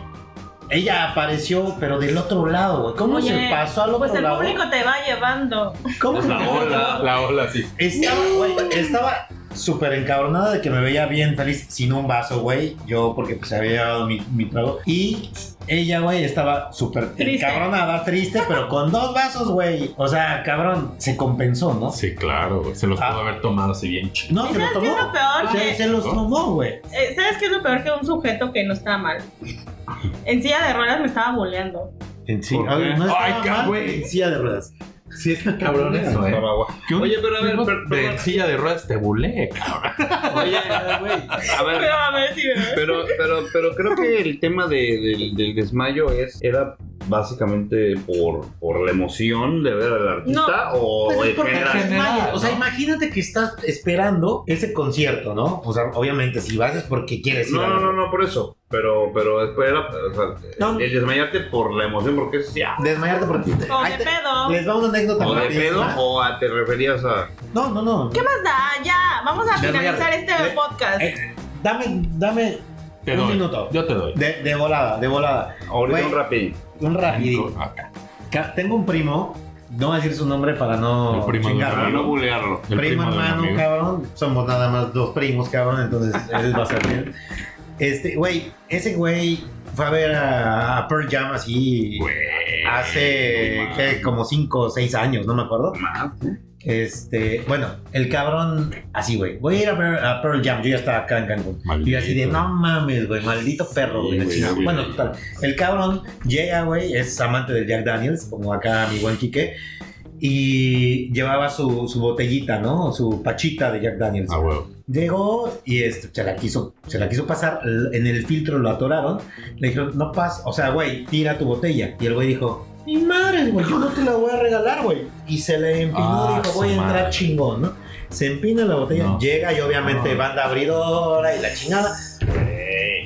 ella apareció, pero del otro lado, güey. ¿Cómo
Oye,
se pasó al otro
Pues el
lado?
público te va llevando.
¿Cómo
Es
se
Pues,
la ola.
La ola, sí.
Estaba, güey, estaba súper encabronada de que me veía bien feliz sin un vaso, güey. Yo, porque pues había llevado mi, mi trago. Y ella, güey, estaba súper
Triste.
encabronada, triste, pero con dos vasos, güey. O sea, cabrón, se compensó, ¿no?
Sí, claro, güey. Se los
Ah.
pudo haber tomado así bien chido.
No, se
¿Sabes
los
qué
tomó.
es lo peor?
Se,
Que-
se los tomó, güey.
eh, ¿Sabes qué es lo peor que un sujeto que no está mal? En silla de ruedas me estaba boleando.
En sí,
¿Por
ay,
qué?
no estaba
Ay, ca-
mal,
güey.
en silla de ruedas.
Sí, está cabrón eso, eh.
Estaba guapo.
Que un
Oye, pero a ver,
tipo
per-
de
perdón.
silla de ruedas te bulé, cabrón.
Oye, a ver.
Pero a ver si me ves.
Pero, pero, pero creo que el tema de- del, del desmayo es, era básicamente por, por la emoción de ver al artista o
Pues es
en
porque
general.
te desmayas. O sea,
¿no?
imagínate que estás esperando ese concierto, ¿no? O sea, obviamente, si vas es porque quieres ir
No,
a
no,
verlo.
no, no, por eso. Pero, pero después era o sea,
No.
el desmayarte por la emoción, porque es ya.
Desmayarte porque te-
O
Ahí
de
te-
pedo.
Les va una anécdota.
O de
rapidísima.
pedo, o a- te referías a.
No, no, no.
¿Qué más da? Ya, vamos a
Ya,
finalizar
ya,
este
ya.
podcast.
Eh, Dame, dame
Te
Un
doy.
minuto.
Yo te doy.
de, de volada, de volada.
Ahorita
Güey.
un rapidito.
Un rapidito.
Acá.
Ca- Tengo un primo No voy a decir su nombre para no
El primo de un
chingarlo.
Para no bulearlo.
El
primo,
primo de un
hermano,
amigo.
cabrón. Somos nada más dos primos, cabrón. Entonces, él va a ser bien. Este, güey, ese güey fue a ver a, a Pearl Jam así
Güey.
hace
no
¿qué? como 5 o 6 años, no me acuerdo.
Más, ¿eh?
Este, bueno, el cabrón, así, güey, voy a ir a ver a Pearl Jam. Yo ya estaba acá en Cancún. Y yo así de,
Maldito.
no mames, güey, maldito perro,
Sí,
güey. la
güey,
chingada.
sí,
bueno,
güey.
total, el cabrón llega, güey, es amante del Jack Daniels, como acá mi buen Quique. Y llevaba su, su botellita, ¿no? Su pachita de Jack Daniels.
Ah, huevo.
Llegó y este, se, la quiso, se la quiso pasar. l- En el filtro lo atoraron. Le dijeron, no pasa. O sea, güey, tira tu botella. Y el güey dijo, mi madre, güey, yo no te la voy a regalar, güey. Y se le empinó
Ah,
y dijo,
su
voy a entrar
madre.
chingón, ¿no? Se empina la botella,
No.
llega y obviamente
No.
banda abridora y la chingada.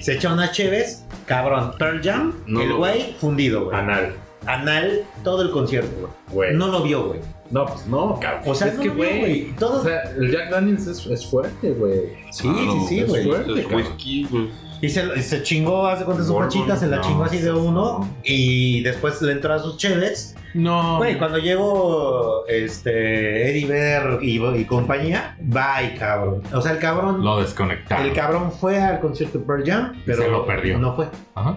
Se echa unas cheves, cabrón. Pearl Jam,
No
el
lo-
güey
eh.
fundido, güey.
Anal,
Anal, todo el concierto, güey.
güey.
No lo vio, güey.
No, pues no, cabrón.
O sea,
es
no
que,
lo vio,
güey.
Todos.
O sea, el Jack Daniels es, es fuerte, güey.
sí,
claro,
sí, sí,
es
güey.
fuerte.
El whisky, güey.
Y se, y se chingó, hace cuenta su
Bourbon,
pachita, se la
no,
chingó así de
sí,
uno.
no.
Y después le entró a sus chéves.
No.
Güey, cuando llegó este, Eddie Ver y, y compañía, bye, cabrón. O sea, el cabrón,
Lo desconectaron.
el cabrón fue al concierto de Pearl Jam, pero
se lo perdió.
no fue.
Ajá.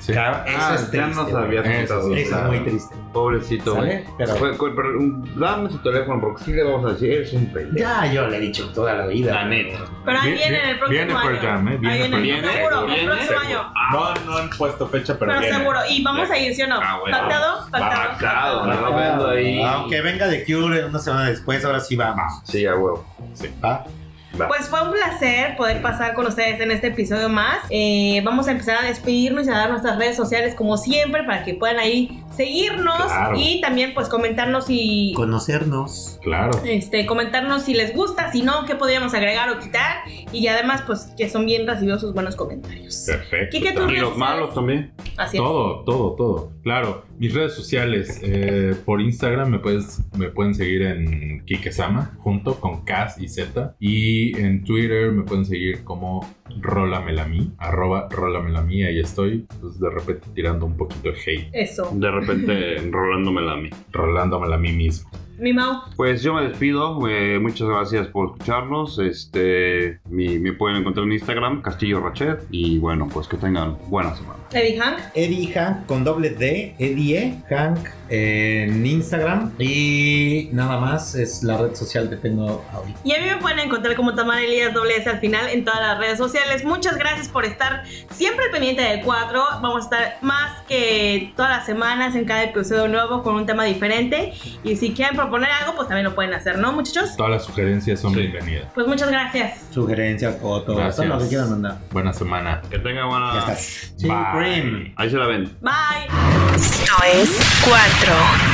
Sí.
Cab-
Ah,
eso es
ya
triste.
nos
güey.
habías
Eso
contado.
sí,
Eso es
claro.
muy triste.
Pobrecito, güey.
¿Sale? Pero
Fue- fue- pero, um, Dame su teléfono porque sí le vamos a decir, eres un pendejo.
ya yo le he dicho toda la vida.
La neta.
Pero ahí
Vie-
viene en el próximo
viene
año.
Pearl Jam, ¿eh? Viene
ahí viene,
Pearl
Jam.
seguro, el
Viene,
próximo
seguro.
año.
No, no han puesto fecha, pero,
Pero
viene.
Ah, seguro. Y vamos a ir, ¿sí o no?
Ah, bueno.
Pactado, pactado.
Pactado,
pactado.
¿no? vendo ahí.
Aunque venga de Cure una semana después, ahora sí vamos.
Sí, a huevo.
¿va?
Pues fue un placer poder pasar con ustedes en este episodio más. Eh, vamos a empezar a despedirnos y a dar nuestras redes sociales como siempre para que puedan ahí seguirnos
Claro.
y también pues comentarnos si
Conocernos.
Claro.
este comentarnos si les gusta, si no, qué podríamos agregar o quitar y además pues que son bien recibidos sus buenos comentarios.
Perfecto.
Quique, tú-
Y los malos también.
Así es.
Todo, todo, todo. Claro, mis redes sociales. eh, por Instagram me, puedes, me pueden seguir en Kikesama, junto con Kaz y Z. Y en Twitter me pueden seguir como Rolamelami, arroba Rolamelami. Ahí estoy, pues de repente tirando un poquito de hate,
Eso.
De repente enrolándomela a mí.
rolándomela a mí mismo.
Mi Mau,
Pues yo me despido, eh, muchas gracias por escucharnos. Este, mi- me pueden encontrar en Instagram, Castillo Rachet. Y bueno, pues que tengan buena semana.
Eddie Hank,
Eddie Hank con doble D, Eddie E. Hank en Instagram. Y nada más es la red social que tengo ahorita.
Y a mí me pueden encontrar como Tamara Elías doble S al final en todas las redes sociales. Muchas gracias por estar siempre al pendiente del cuadro. Vamos a estar más que todas las semanas en cada episodio nuevo con un tema diferente. Y si quieren proponer algo, pues también lo pueden hacer, ¿no, muchachos?
Todas las sugerencias son
Sí.
bienvenidas.
Pues muchas gracias.
Sugerencias, fotos, todo
Gracias.
lo que quieran mandar.
Buena semana.
Que tengan buena.
Ya estás.
Bye.
Ahí se la ven.
Bye.
Esto es 4.